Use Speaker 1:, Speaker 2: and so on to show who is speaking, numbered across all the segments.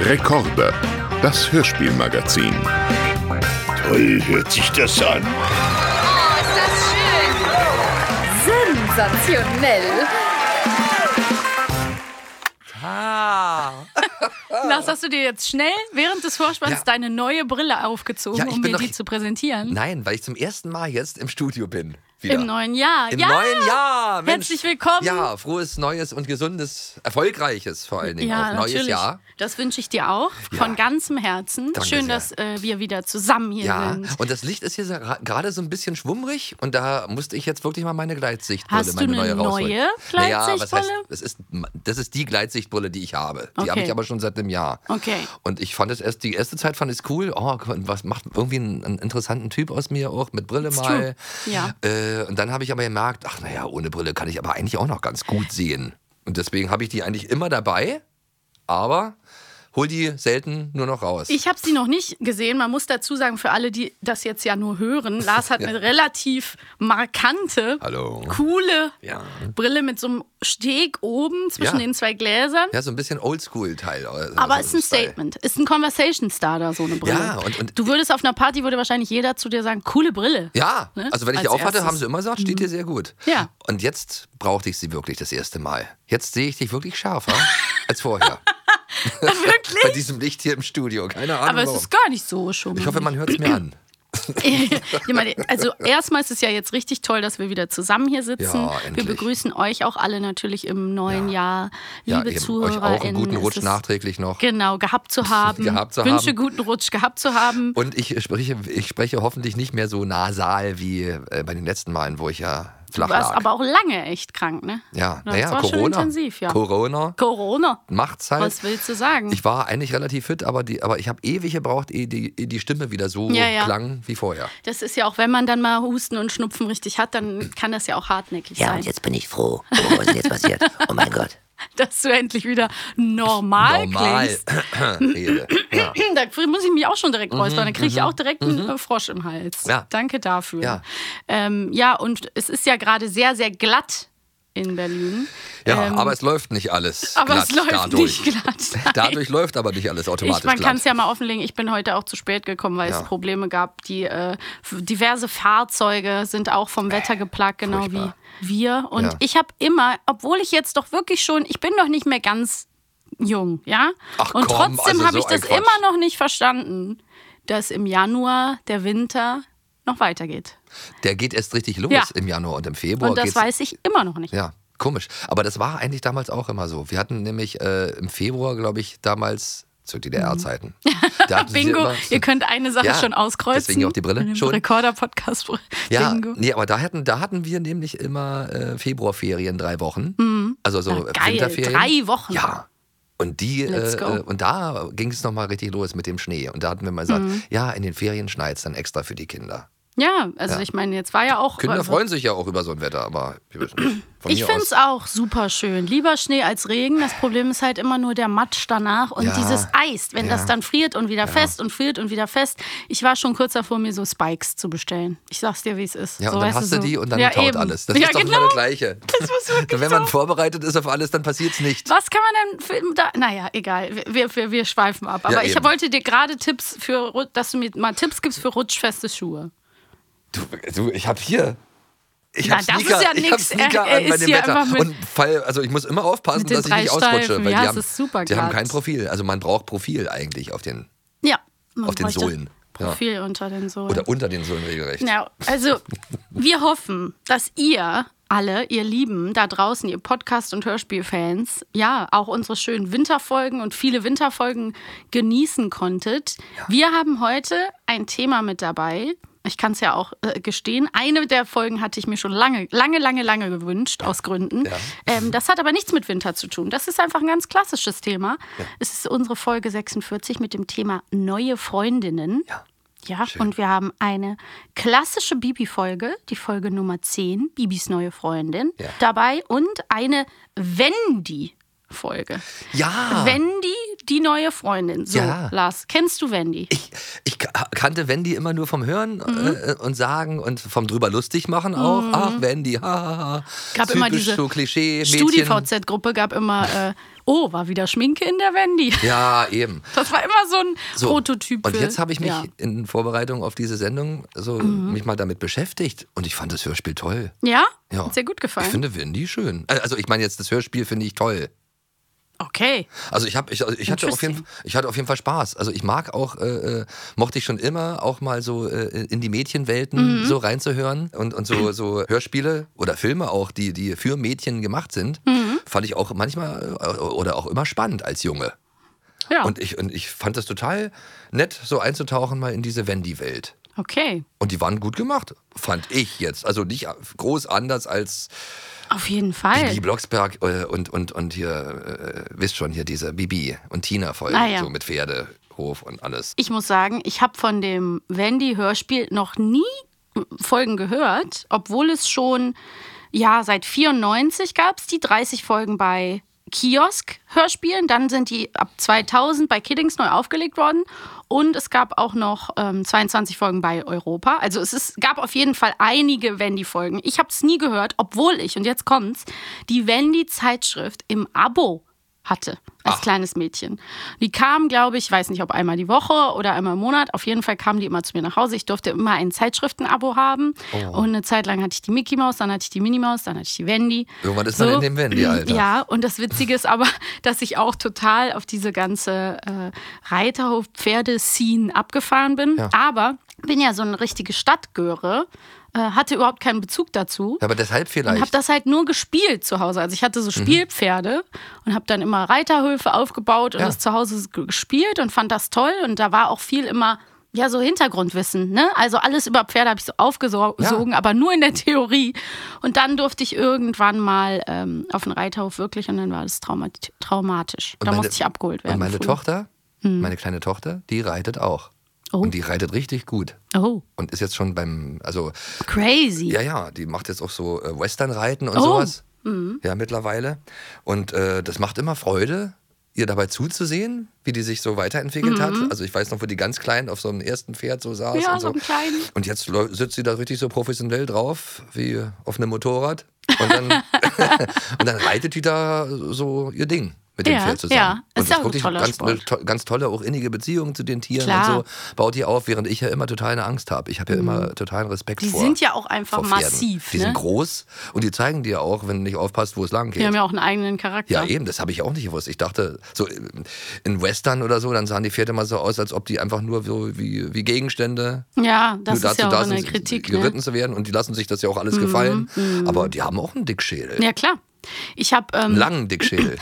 Speaker 1: Rekorde, das Hörspielmagazin.
Speaker 2: Toll hört sich das an.
Speaker 3: Oh, ist das schön! Sensationell!
Speaker 4: Ah.
Speaker 5: Lars, hast du dir jetzt schnell während des Vorspanns
Speaker 4: Ja.
Speaker 5: deine neue Brille aufgezogen,
Speaker 4: Ja, ich
Speaker 5: um
Speaker 4: bin
Speaker 5: mir
Speaker 4: doch-
Speaker 5: die zu präsentieren?
Speaker 4: Nein, weil ich zum ersten Mal jetzt im Studio bin. Wieder.
Speaker 5: Im neuen Jahr.
Speaker 4: Im
Speaker 5: ja!
Speaker 4: neuen Jahr. Mensch.
Speaker 5: Herzlich willkommen.
Speaker 4: Ja, frohes, neues und gesundes, erfolgreiches vor allen Dingen
Speaker 5: Ja,
Speaker 4: auch. Neues
Speaker 5: natürlich.
Speaker 4: Jahr.
Speaker 5: Das wünsche ich dir auch von ganzem Herzen.
Speaker 4: Danke
Speaker 5: Schön,
Speaker 4: sehr.
Speaker 5: dass äh, wir wieder zusammen hier
Speaker 4: Ja,
Speaker 5: sind.
Speaker 4: und das Licht ist hier so- gerade so ein bisschen schwummrig und da musste ich jetzt wirklich mal meine Gleitsichtbrille,
Speaker 5: Hast du
Speaker 4: meine
Speaker 5: eine
Speaker 4: neue rausholen.
Speaker 5: neue
Speaker 4: Naja, was heißt,
Speaker 5: Gleitsichtbrille?
Speaker 4: das ist, das ist die Gleitsichtbrille, die ich habe. Die
Speaker 5: Okay.
Speaker 4: habe ich aber schon seit einem Jahr.
Speaker 5: Okay.
Speaker 4: Und ich fand es erst, die erste Zeit fand ich es cool. Oh, was macht irgendwie einen, einen interessanten Typ aus mir auch, mit Brille mal.
Speaker 5: true. Ja.
Speaker 4: Äh, und dann habe ich aber gemerkt, ach naja, ohne Brille kann ich aber eigentlich auch noch ganz gut sehen. Und deswegen habe ich die eigentlich immer dabei, aber hol die selten nur noch raus.
Speaker 5: Ich habe sie noch nicht gesehen. Man muss dazu sagen, für alle, die das jetzt ja nur hören, Lars hat eine relativ markante,
Speaker 4: Hallo.
Speaker 5: coole
Speaker 4: Ja.
Speaker 5: Brille mit so einem Steg oben zwischen
Speaker 4: Ja.
Speaker 5: den zwei Gläsern.
Speaker 4: ja, so ein bisschen Oldschool-Teil. also
Speaker 5: Aber
Speaker 4: so
Speaker 5: ist ein
Speaker 4: Style.
Speaker 5: Statement. Ist ein Conversation Starter, so eine Brille.
Speaker 4: Ja, und- und-
Speaker 5: du würdest auf einer Party, würde wahrscheinlich jeder zu dir sagen, coole Brille.
Speaker 4: Ja,
Speaker 5: Ne?
Speaker 4: also wenn ich die
Speaker 5: Als
Speaker 4: aufhatte,
Speaker 5: erstes. Mhm.
Speaker 4: haben sie immer gesagt, steht dir sehr gut.
Speaker 5: Ja.
Speaker 4: Und jetzt brauchte ich sie wirklich das erste Mal. Jetzt sehe ich dich wirklich schärfer als vorher.
Speaker 5: Wirklich?
Speaker 4: Bei diesem Licht hier im Studio. Keine Ahnung.
Speaker 5: Aber es
Speaker 4: warum.
Speaker 5: ist gar nicht so schummrig.
Speaker 4: ich hoffe, man hört es mir an.
Speaker 5: ich meine, also erstmal ist es ja jetzt richtig toll, dass wir wieder zusammen hier sitzen.
Speaker 4: Ja,
Speaker 5: wir
Speaker 4: endlich.
Speaker 5: begrüßen euch auch alle natürlich im neuen Jahr,
Speaker 4: Ja,
Speaker 5: liebe
Speaker 4: eben.
Speaker 5: Zuhörer.
Speaker 4: Euch auch einen guten Rutsch
Speaker 5: nach.
Speaker 4: nachträglich noch.
Speaker 5: Genau, gehabt zu haben.
Speaker 4: Gehabt zu
Speaker 5: Wünsche
Speaker 4: haben.
Speaker 5: guten Rutsch gehabt zu haben.
Speaker 4: Und ich spreche, ich spreche hoffentlich nicht mehr so nasal wie äh, bei den letzten Malen, wo ich ja flach
Speaker 5: Du warst
Speaker 4: lag.
Speaker 5: aber auch lange echt krank, ne?
Speaker 4: ja,
Speaker 5: das
Speaker 4: naja,
Speaker 5: war
Speaker 4: Corona.
Speaker 5: schon intensiv, ja.
Speaker 4: Corona
Speaker 5: Corona.
Speaker 4: macht's halt.
Speaker 5: Was willst du sagen?
Speaker 4: Ich war eigentlich relativ fit, aber, die, aber ich habe ewig gebraucht, ehe die, ehe die Stimme wieder so
Speaker 5: Ja, ja.
Speaker 4: klang wie vorher.
Speaker 5: Das ist ja auch, wenn man dann mal Husten und Schnupfen richtig hat, dann kann das ja auch hartnäckig
Speaker 6: Ja,
Speaker 5: sein.
Speaker 6: und jetzt bin ich froh. Oh, was ist jetzt passiert? Oh mein Gott.
Speaker 5: Dass du endlich wieder normal,
Speaker 4: Normal.
Speaker 5: klingst.
Speaker 4: Rede. Ja.
Speaker 5: Da muss ich mich auch schon direkt räuspern. Dann kriege ich auch direkt einen äh, Frosch im Hals.
Speaker 4: Mhm, Ja.
Speaker 5: Danke dafür.
Speaker 4: Ja.
Speaker 5: ähm, ja und es ist ja gerade sehr, sehr glatt in Berlin.
Speaker 4: Ja,
Speaker 5: Ähm,
Speaker 4: aber es läuft nicht alles
Speaker 5: aber
Speaker 4: glatt
Speaker 5: es läuft
Speaker 4: dadurch.
Speaker 5: nicht glatt.
Speaker 4: Dadurch läuft aber nicht alles automatisch
Speaker 5: Ich, man kann
Speaker 4: glatt.
Speaker 5: es ja mal offenlegen, ich bin heute auch zu spät gekommen, weil
Speaker 4: Ja.
Speaker 5: es Probleme gab. Die äh, f- diverse Fahrzeuge sind auch vom Wetter geplagt, genau
Speaker 4: Äh, furchtbar.
Speaker 5: wie wir. Und
Speaker 4: Ja.
Speaker 5: ich habe immer, obwohl ich jetzt doch wirklich schon, ich bin doch nicht mehr ganz jung, ja?
Speaker 4: Ach
Speaker 5: Und
Speaker 4: komm,
Speaker 5: trotzdem
Speaker 4: also
Speaker 5: habe
Speaker 4: so
Speaker 5: ich
Speaker 4: ein
Speaker 5: das
Speaker 4: Quatsch.
Speaker 5: immer noch nicht verstanden, dass im Januar der Winter noch weitergeht.
Speaker 4: Der geht erst richtig los
Speaker 5: Ja.
Speaker 4: im Januar und im Februar.
Speaker 5: und das
Speaker 4: geht's,
Speaker 5: weiß ich immer noch nicht.
Speaker 4: Ja, komisch. Aber das war eigentlich damals auch immer so. Wir hatten nämlich äh, im Februar, glaube ich, damals zu DDR-Zeiten. Da hatten sie
Speaker 5: Mhm. Bingo,
Speaker 4: immer-
Speaker 5: ihr könnt eine Sache
Speaker 4: Ja,
Speaker 5: schon auskreuzen.
Speaker 4: deswegen auch die Brille.
Speaker 5: In dem
Speaker 4: Schon.
Speaker 5: Rekorder-Podcast.
Speaker 4: Ja,
Speaker 5: Bingo.
Speaker 4: nee, aber da hatten, da hatten wir nämlich immer äh, Februarferien, drei Wochen. Also so
Speaker 5: Mhm. Na, geil,
Speaker 4: Winterferien.
Speaker 5: drei Wochen.
Speaker 4: Ja. Und die,
Speaker 5: Let's
Speaker 4: äh,
Speaker 5: go.
Speaker 4: äh, und da ging es nochmal richtig los mit dem Schnee. Und da hatten wir mal gesagt,
Speaker 5: Mhm.
Speaker 4: ja, in den Ferien schneit es dann extra für die Kinder.
Speaker 5: Ja, also
Speaker 4: Ja.
Speaker 5: ich meine, jetzt war ja auch.
Speaker 4: Kinder
Speaker 5: also,
Speaker 4: freuen sich ja auch über so ein Wetter, aber wir wissen nicht. von
Speaker 5: Ich
Speaker 4: mir
Speaker 5: finde es
Speaker 4: aus.
Speaker 5: auch super schön. Lieber Schnee als Regen. Das Problem ist halt immer nur der Matsch danach und
Speaker 4: Ja. Genau.
Speaker 5: dieses Eis, wenn das dann friert und wieder fest und friert und wieder fest. Ich war schon kurz davor, mir so Spikes zu bestellen. Ich sag's dir, wie es ist.
Speaker 4: Ja,
Speaker 5: so,
Speaker 4: und dann
Speaker 5: weißt
Speaker 4: hast du
Speaker 5: so.
Speaker 4: die und dann
Speaker 5: ja,
Speaker 4: taut
Speaker 5: eben.
Speaker 4: alles. Das
Speaker 5: ja,
Speaker 4: ist doch
Speaker 5: genau.
Speaker 4: immer das Gleiche.
Speaker 5: Das ist wirklich
Speaker 4: wenn man
Speaker 5: so.
Speaker 4: vorbereitet ist auf alles, dann passiert es nicht.
Speaker 5: Was kann man denn für, da, Naja, egal. Wir- Wir, wir, wir schweifen ab. Aber
Speaker 4: Ja,
Speaker 5: ich
Speaker 4: eben.
Speaker 5: wollte dir gerade Tipps für, Ru- dass du mir mal Tipps gibst für rutschfeste Schuhe.
Speaker 4: Du, du ich hab hier. Ich
Speaker 5: Na,
Speaker 4: hab
Speaker 5: das ist
Speaker 4: Sneaker,
Speaker 5: ja
Speaker 4: ich hab
Speaker 5: nix.
Speaker 4: Sneaker
Speaker 5: Er- er
Speaker 4: an bei
Speaker 5: ist
Speaker 4: dem
Speaker 5: hier
Speaker 4: Wetter.
Speaker 5: einfach mit-
Speaker 4: Und Fall, also ich muss immer aufpassen,
Speaker 5: Mit den
Speaker 4: dass ich
Speaker 5: drei
Speaker 4: nicht ausrutsche.
Speaker 5: Streifen.
Speaker 4: Weil
Speaker 5: Ja,
Speaker 4: die
Speaker 5: es
Speaker 4: haben,
Speaker 5: ist super
Speaker 4: die haben
Speaker 5: glatt.
Speaker 4: kein Profil. Also man braucht Profil eigentlich auf den.
Speaker 5: Ja. man
Speaker 4: Auf den
Speaker 5: bräuchte
Speaker 4: Sohlen. Ja.
Speaker 5: Profil unter den Sohlen.
Speaker 4: Oder unter den Sohlen regelrecht.
Speaker 5: Ja, also wir hoffen, dass ihr alle, ihr Lieben da draußen, ihr Podcast- und Hörspielfans, ja, auch unsere schönen Winterfolgen und viele Winterfolgen genießen konntet. Wir haben heute ein Thema mit dabei. Ich kann es ja auch äh, gestehen. Eine der Folgen hatte ich mir schon lange, lange, lange, lange gewünscht, aus Gründen. Ähm, das hat aber nichts mit Winter zu tun. Das ist einfach ein ganz klassisches Thema. Es ist unsere Folge 46 mit dem Thema neue Freundinnen. Ja. Ja, und wir haben eine klassische Bibi-Folge, die Folge Nummer 10, Bibis neue Freundin,
Speaker 4: Ja.
Speaker 5: dabei und eine Wendy. Folge.
Speaker 4: Ja.
Speaker 5: Wendy, die neue Freundin. So,
Speaker 4: Ah. Ja.
Speaker 5: Lars, kennst du Wendy?
Speaker 4: Ich, ich ka- kannte Wendy immer nur vom Hören
Speaker 5: Mhm.
Speaker 4: äh, und Sagen und vom drüber lustig machen auch. Ach, Wendy, haha.
Speaker 5: Gab Mhm. immer diese
Speaker 4: so Klischee, Mädchen.
Speaker 5: StudiVZ-Gruppe gab immer, äh, oh, war wieder Schminke in der Wendy.
Speaker 4: Ja, eben.
Speaker 5: Das war immer so ein
Speaker 4: So,
Speaker 5: Prototyp.
Speaker 4: Und
Speaker 5: für-
Speaker 4: jetzt habe ich mich
Speaker 5: Ja. Mhm.
Speaker 4: in Vorbereitung auf diese Sendung so mich mal damit beschäftigt und ich fand das Hörspiel toll.
Speaker 5: ja?
Speaker 4: Ja.
Speaker 5: Hat sehr gut
Speaker 4: Ich
Speaker 5: gefallen.
Speaker 4: finde Wendy schön. Äh, Also ich meine jetzt das Hörspiel finde ich toll.
Speaker 5: Okay.
Speaker 4: Also ich habe ich, also ich hatte auf jeden ich hatte auf jeden Fall Spaß. Also ich mag auch äh, äh, mochte ich schon immer auch mal so äh, in die Mädchenwelten so reinzuhören und und so so Hörspiele oder Filme auch, die die für Mädchen gemacht sind, fand ich auch manchmal äh, oder auch immer spannend als Junge.
Speaker 5: Ja.
Speaker 4: Und ich und ich fand das total nett so einzutauchen mal in diese Wendy Welt.
Speaker 5: okay.
Speaker 4: Und die waren gut gemacht, fand ich jetzt. Also nicht groß anders als
Speaker 5: Auf jeden Fall.
Speaker 4: Bibi Blocksberg äh, und, und, und hier, äh, wisst schon, hier diese Bibi und Tina-Folge,
Speaker 5: Ah, ja.
Speaker 4: so mit Pferdehof und alles.
Speaker 5: Ich muss sagen, ich habe von dem Wendy-Hörspiel noch nie Folgen gehört, obwohl es schon, ja, seit 94 gab es die 30 Folgen bei Kiosk-Hörspielen, dann sind die ab 2000 bei Kiddings neu aufgelegt worden und es gab auch noch ähm, 22 Folgen bei Europa. Also es ist, gab auf jeden Fall einige Wendy-Folgen. Ich habe es nie gehört, obwohl ich, und jetzt kommt's, die Wendy-Zeitschrift im Abo hatte
Speaker 4: Ah.
Speaker 5: als kleines Mädchen. Die kam, glaube ich, weiß nicht, ob einmal die Woche oder einmal im Monat. Auf jeden Fall kamen die immer zu mir nach Hause. Ich durfte immer ein Zeitschriftenabo haben.
Speaker 4: Oh.
Speaker 5: Und eine Zeit lang hatte ich die Mickey Maus, dann hatte ich die Minnie Maus, dann hatte ich die Wendy.
Speaker 4: Irgendwann ist man in dem Wendy-Alter.
Speaker 5: Ja, und das Witzige ist aber, dass ich auch total auf diese ganze äh, Reiterhof-Pferde-Scene abgefahren bin. Aber bin ja so eine richtige Stadtgöre, äh, hatte überhaupt keinen Bezug dazu.
Speaker 4: Aber deshalb
Speaker 5: Und habe
Speaker 4: vielleicht.
Speaker 5: das halt nur gespielt zu Hause. Also ich hatte so
Speaker 4: Mhm.
Speaker 5: Spielpferde und habe dann immer Reiterhöfe aufgebaut und
Speaker 4: Ja.
Speaker 5: das zu Hause g- gespielt und fand das toll. Und da war auch viel immer, ja, so Hintergrundwissen. Ne? Also alles über Pferde habe ich so aufgesogen, aber nur in der Theorie. Und dann durfte ich irgendwann mal ähm, auf den Reiterhof wirklich und dann war das traumat traumatisch.
Speaker 4: Und
Speaker 5: da
Speaker 4: meine-
Speaker 5: musste ich abgeholt werden.
Speaker 4: Und meine
Speaker 5: früh.
Speaker 4: Tochter, meine kleine Tochter, die reitet auch.
Speaker 5: Oh.
Speaker 4: Und die reitet richtig gut.
Speaker 5: Oh,
Speaker 4: Und ist jetzt schon beim, also,
Speaker 5: crazy.
Speaker 4: ja, ja, die macht jetzt auch so äh, Western-Reiten und
Speaker 5: Oh.
Speaker 4: sowas. Ja, mittlerweile. Und äh, das macht immer Freude, ihr dabei zuzusehen, wie die sich so weiterentwickelt hat. Also ich weiß noch, wo die ganz klein auf so einem ersten Pferd so saß.
Speaker 5: Mhm. Ja,
Speaker 4: und
Speaker 5: so
Speaker 4: so
Speaker 5: einen kleinen.
Speaker 4: Und jetzt läu- sitzt sie da richtig so professionell drauf, wie auf einem Motorrad. Und dann, und dann reitet die da so ihr Ding mit dem
Speaker 5: Ja,
Speaker 4: Pferd zusammen.
Speaker 5: ja.
Speaker 4: und
Speaker 5: Ist ja auch ein toller
Speaker 4: ganz, eine
Speaker 5: Sport.
Speaker 4: to ganz tolle, auch innige Beziehung zu den Tieren
Speaker 5: Klar. Mhm.
Speaker 4: und so baut die auf, während ich ja immer total eine Angst habe. Ich habe ja immer totalen Respekt
Speaker 5: Die
Speaker 4: vor
Speaker 5: sind ja auch einfach
Speaker 4: vor Pferden.
Speaker 5: massiv.
Speaker 4: Die
Speaker 5: ne?
Speaker 4: sind groß und die zeigen dir auch, wenn du nicht aufpasst, wo es lang geht.
Speaker 5: Die haben ja auch einen eigenen Charakter.
Speaker 4: Ja, eh. eben, das habe ich auch nicht gewusst. Ich dachte, so äh, in Western oder so, dann sahen die Pferde mal so aus, als ob die einfach nur so wie, wie Gegenstände
Speaker 5: Ja, das
Speaker 4: nur
Speaker 5: ist
Speaker 4: dazu
Speaker 5: ja auch
Speaker 4: da
Speaker 5: eine
Speaker 4: sind,
Speaker 5: Kritik. Ne? Mhm,
Speaker 4: geritten zu werden und die lassen sich das ja auch alles gefallen. Aber die haben auch einen Dickschädel.
Speaker 5: ne? Ja, klar. Ich habe ähm,
Speaker 4: Einen langen Dickschädel.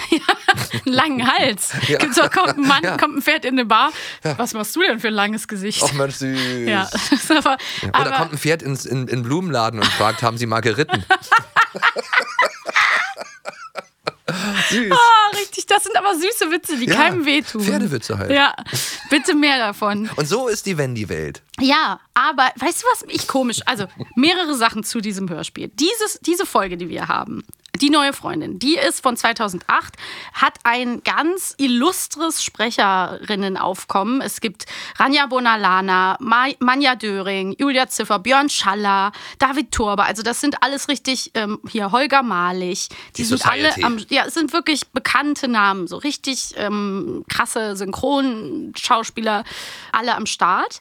Speaker 5: einen langen Hals.
Speaker 4: Ja.
Speaker 5: Gibt's auch, kommt ein Mann,
Speaker 4: Ja.
Speaker 5: kommt ein Pferd in eine Bar. Was machst du denn für ein langes Gesicht?
Speaker 4: Och Mensch, süß.
Speaker 5: ja, das ist aber,
Speaker 4: Oder
Speaker 5: aber
Speaker 4: kommt ein Pferd ins, in, in den Blumenladen und fragt, haben sie mal geritten? süß.
Speaker 5: ah, richtig, das sind aber süße Witze, die
Speaker 4: Ja,
Speaker 5: keinem wehtun.
Speaker 4: Pferdewitze halt.
Speaker 5: Ja, bitte mehr davon.
Speaker 4: Und so ist die Wendy-Welt.
Speaker 5: Ja, aber weißt du, was ich komisch, also mehrere Sachen zu diesem Hörspiel. Dieses, diese Folge, die wir haben, die neue Freundin, die ist von 2008, hat ein ganz illustres Sprecherinnenaufkommen. Es gibt Ranja Bonalana, Ma Manja Döring, Julia Ziffer, Björn Schaller, David Turbe. Also das sind alles richtig, ähm, hier Holger Malich. Die,
Speaker 4: Die
Speaker 5: sind alle
Speaker 4: Society.
Speaker 5: am ja, es sind wirklich bekannte Namen, so richtig ähm, krasse Synchronschauspieler, alle am Start.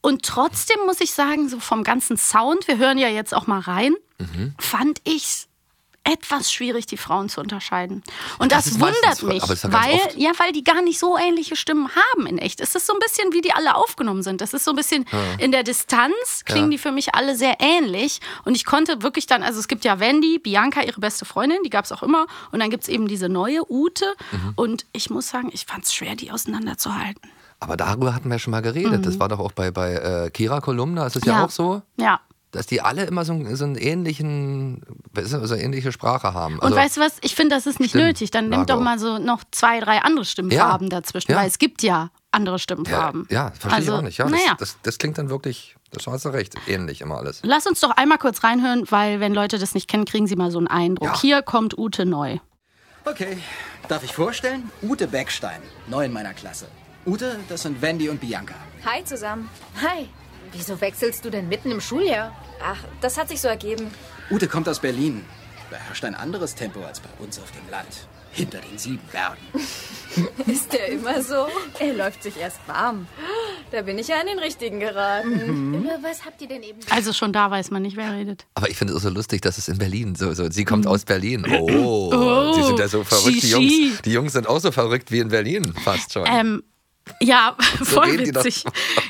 Speaker 5: Und trotzdem muss ich sagen, so vom ganzen Sound, wir hören ja jetzt auch mal rein, fand ich etwas schwierig, die Frauen zu unterscheiden. Und das,
Speaker 4: Das ist meistens
Speaker 5: wundert
Speaker 4: Fra-
Speaker 5: mich,
Speaker 4: aber ist ja ganz
Speaker 5: weil,
Speaker 4: oft.
Speaker 5: ja, weil die gar nicht so ähnliche Stimmen haben in echt. Es ist so ein bisschen, wie die alle aufgenommen sind. Das ist so ein bisschen in der Distanz, klingen die für mich alle sehr ähnlich. Und ich konnte wirklich dann, also es gibt ja Wendy, Bianca, ihre beste Freundin, die gab es auch immer. Und dann gibt es eben diese neue Ute.
Speaker 4: Mhm.
Speaker 5: Und ich muss sagen, ich fand es schwer, die auseinanderzuhalten.
Speaker 4: Aber darüber hatten wir ja schon mal geredet. Das war doch auch bei, bei äh, Kira Kolumna, ist es ja. auch so,
Speaker 5: Mhm. Ja.
Speaker 4: dass die alle immer so, einen- so, einen ähnlichen, so eine ähnliche Sprache haben. Also,
Speaker 5: Und weißt du was, ich finde, das ist nicht
Speaker 4: Stimmt,
Speaker 5: nötig. Dann nimm
Speaker 4: Margot.
Speaker 5: doch mal so noch zwei, drei andere Stimmenfarben
Speaker 4: Ja,
Speaker 5: dazwischen,
Speaker 4: ja.
Speaker 5: weil es gibt ja andere Stimmenfarben.
Speaker 4: Ja, ja verstehe
Speaker 5: also,
Speaker 4: ich auch nicht. Ja,
Speaker 5: naja.
Speaker 4: das, das, das klingt dann wirklich, das hast du recht, ähnlich immer alles.
Speaker 5: Lass uns doch einmal kurz reinhören, weil wenn Leute das nicht kennen, kriegen sie mal so einen Eindruck.
Speaker 4: Ja.
Speaker 5: Hier kommt Ute neu.
Speaker 7: Okay, darf ich vorstellen? Ute Beckstein, neu in meiner Klasse. Ute, das sind Wendy und Bianca.
Speaker 8: Hi zusammen.
Speaker 3: Hi. Wieso wechselst du denn mitten im Schuljahr?
Speaker 8: Ach, das hat sich so ergeben.
Speaker 7: Ute kommt aus Berlin. Da herrscht ein anderes Tempo als bei uns auf dem Land. Hinter den sieben Bergen.
Speaker 8: Ist der immer so? Er läuft sich erst warm. Da bin ich ja an den richtigen geraten.
Speaker 3: Äh, Was habt ihr denn eben?
Speaker 5: Also schon da weiß man nicht, wer redet.
Speaker 4: Aber ich finde es auch so lustig, dass es in Berlin so, so sie kommt aus Berlin. Oh,
Speaker 5: Mhm. Oh,
Speaker 4: die sind ja so verrückt, die
Speaker 5: Shishi.
Speaker 4: Jungs. Die Jungs sind auch so verrückt wie in Berlin, fast schon.
Speaker 5: Ähm, ja, voll
Speaker 4: reden die doch.
Speaker 5: witzig.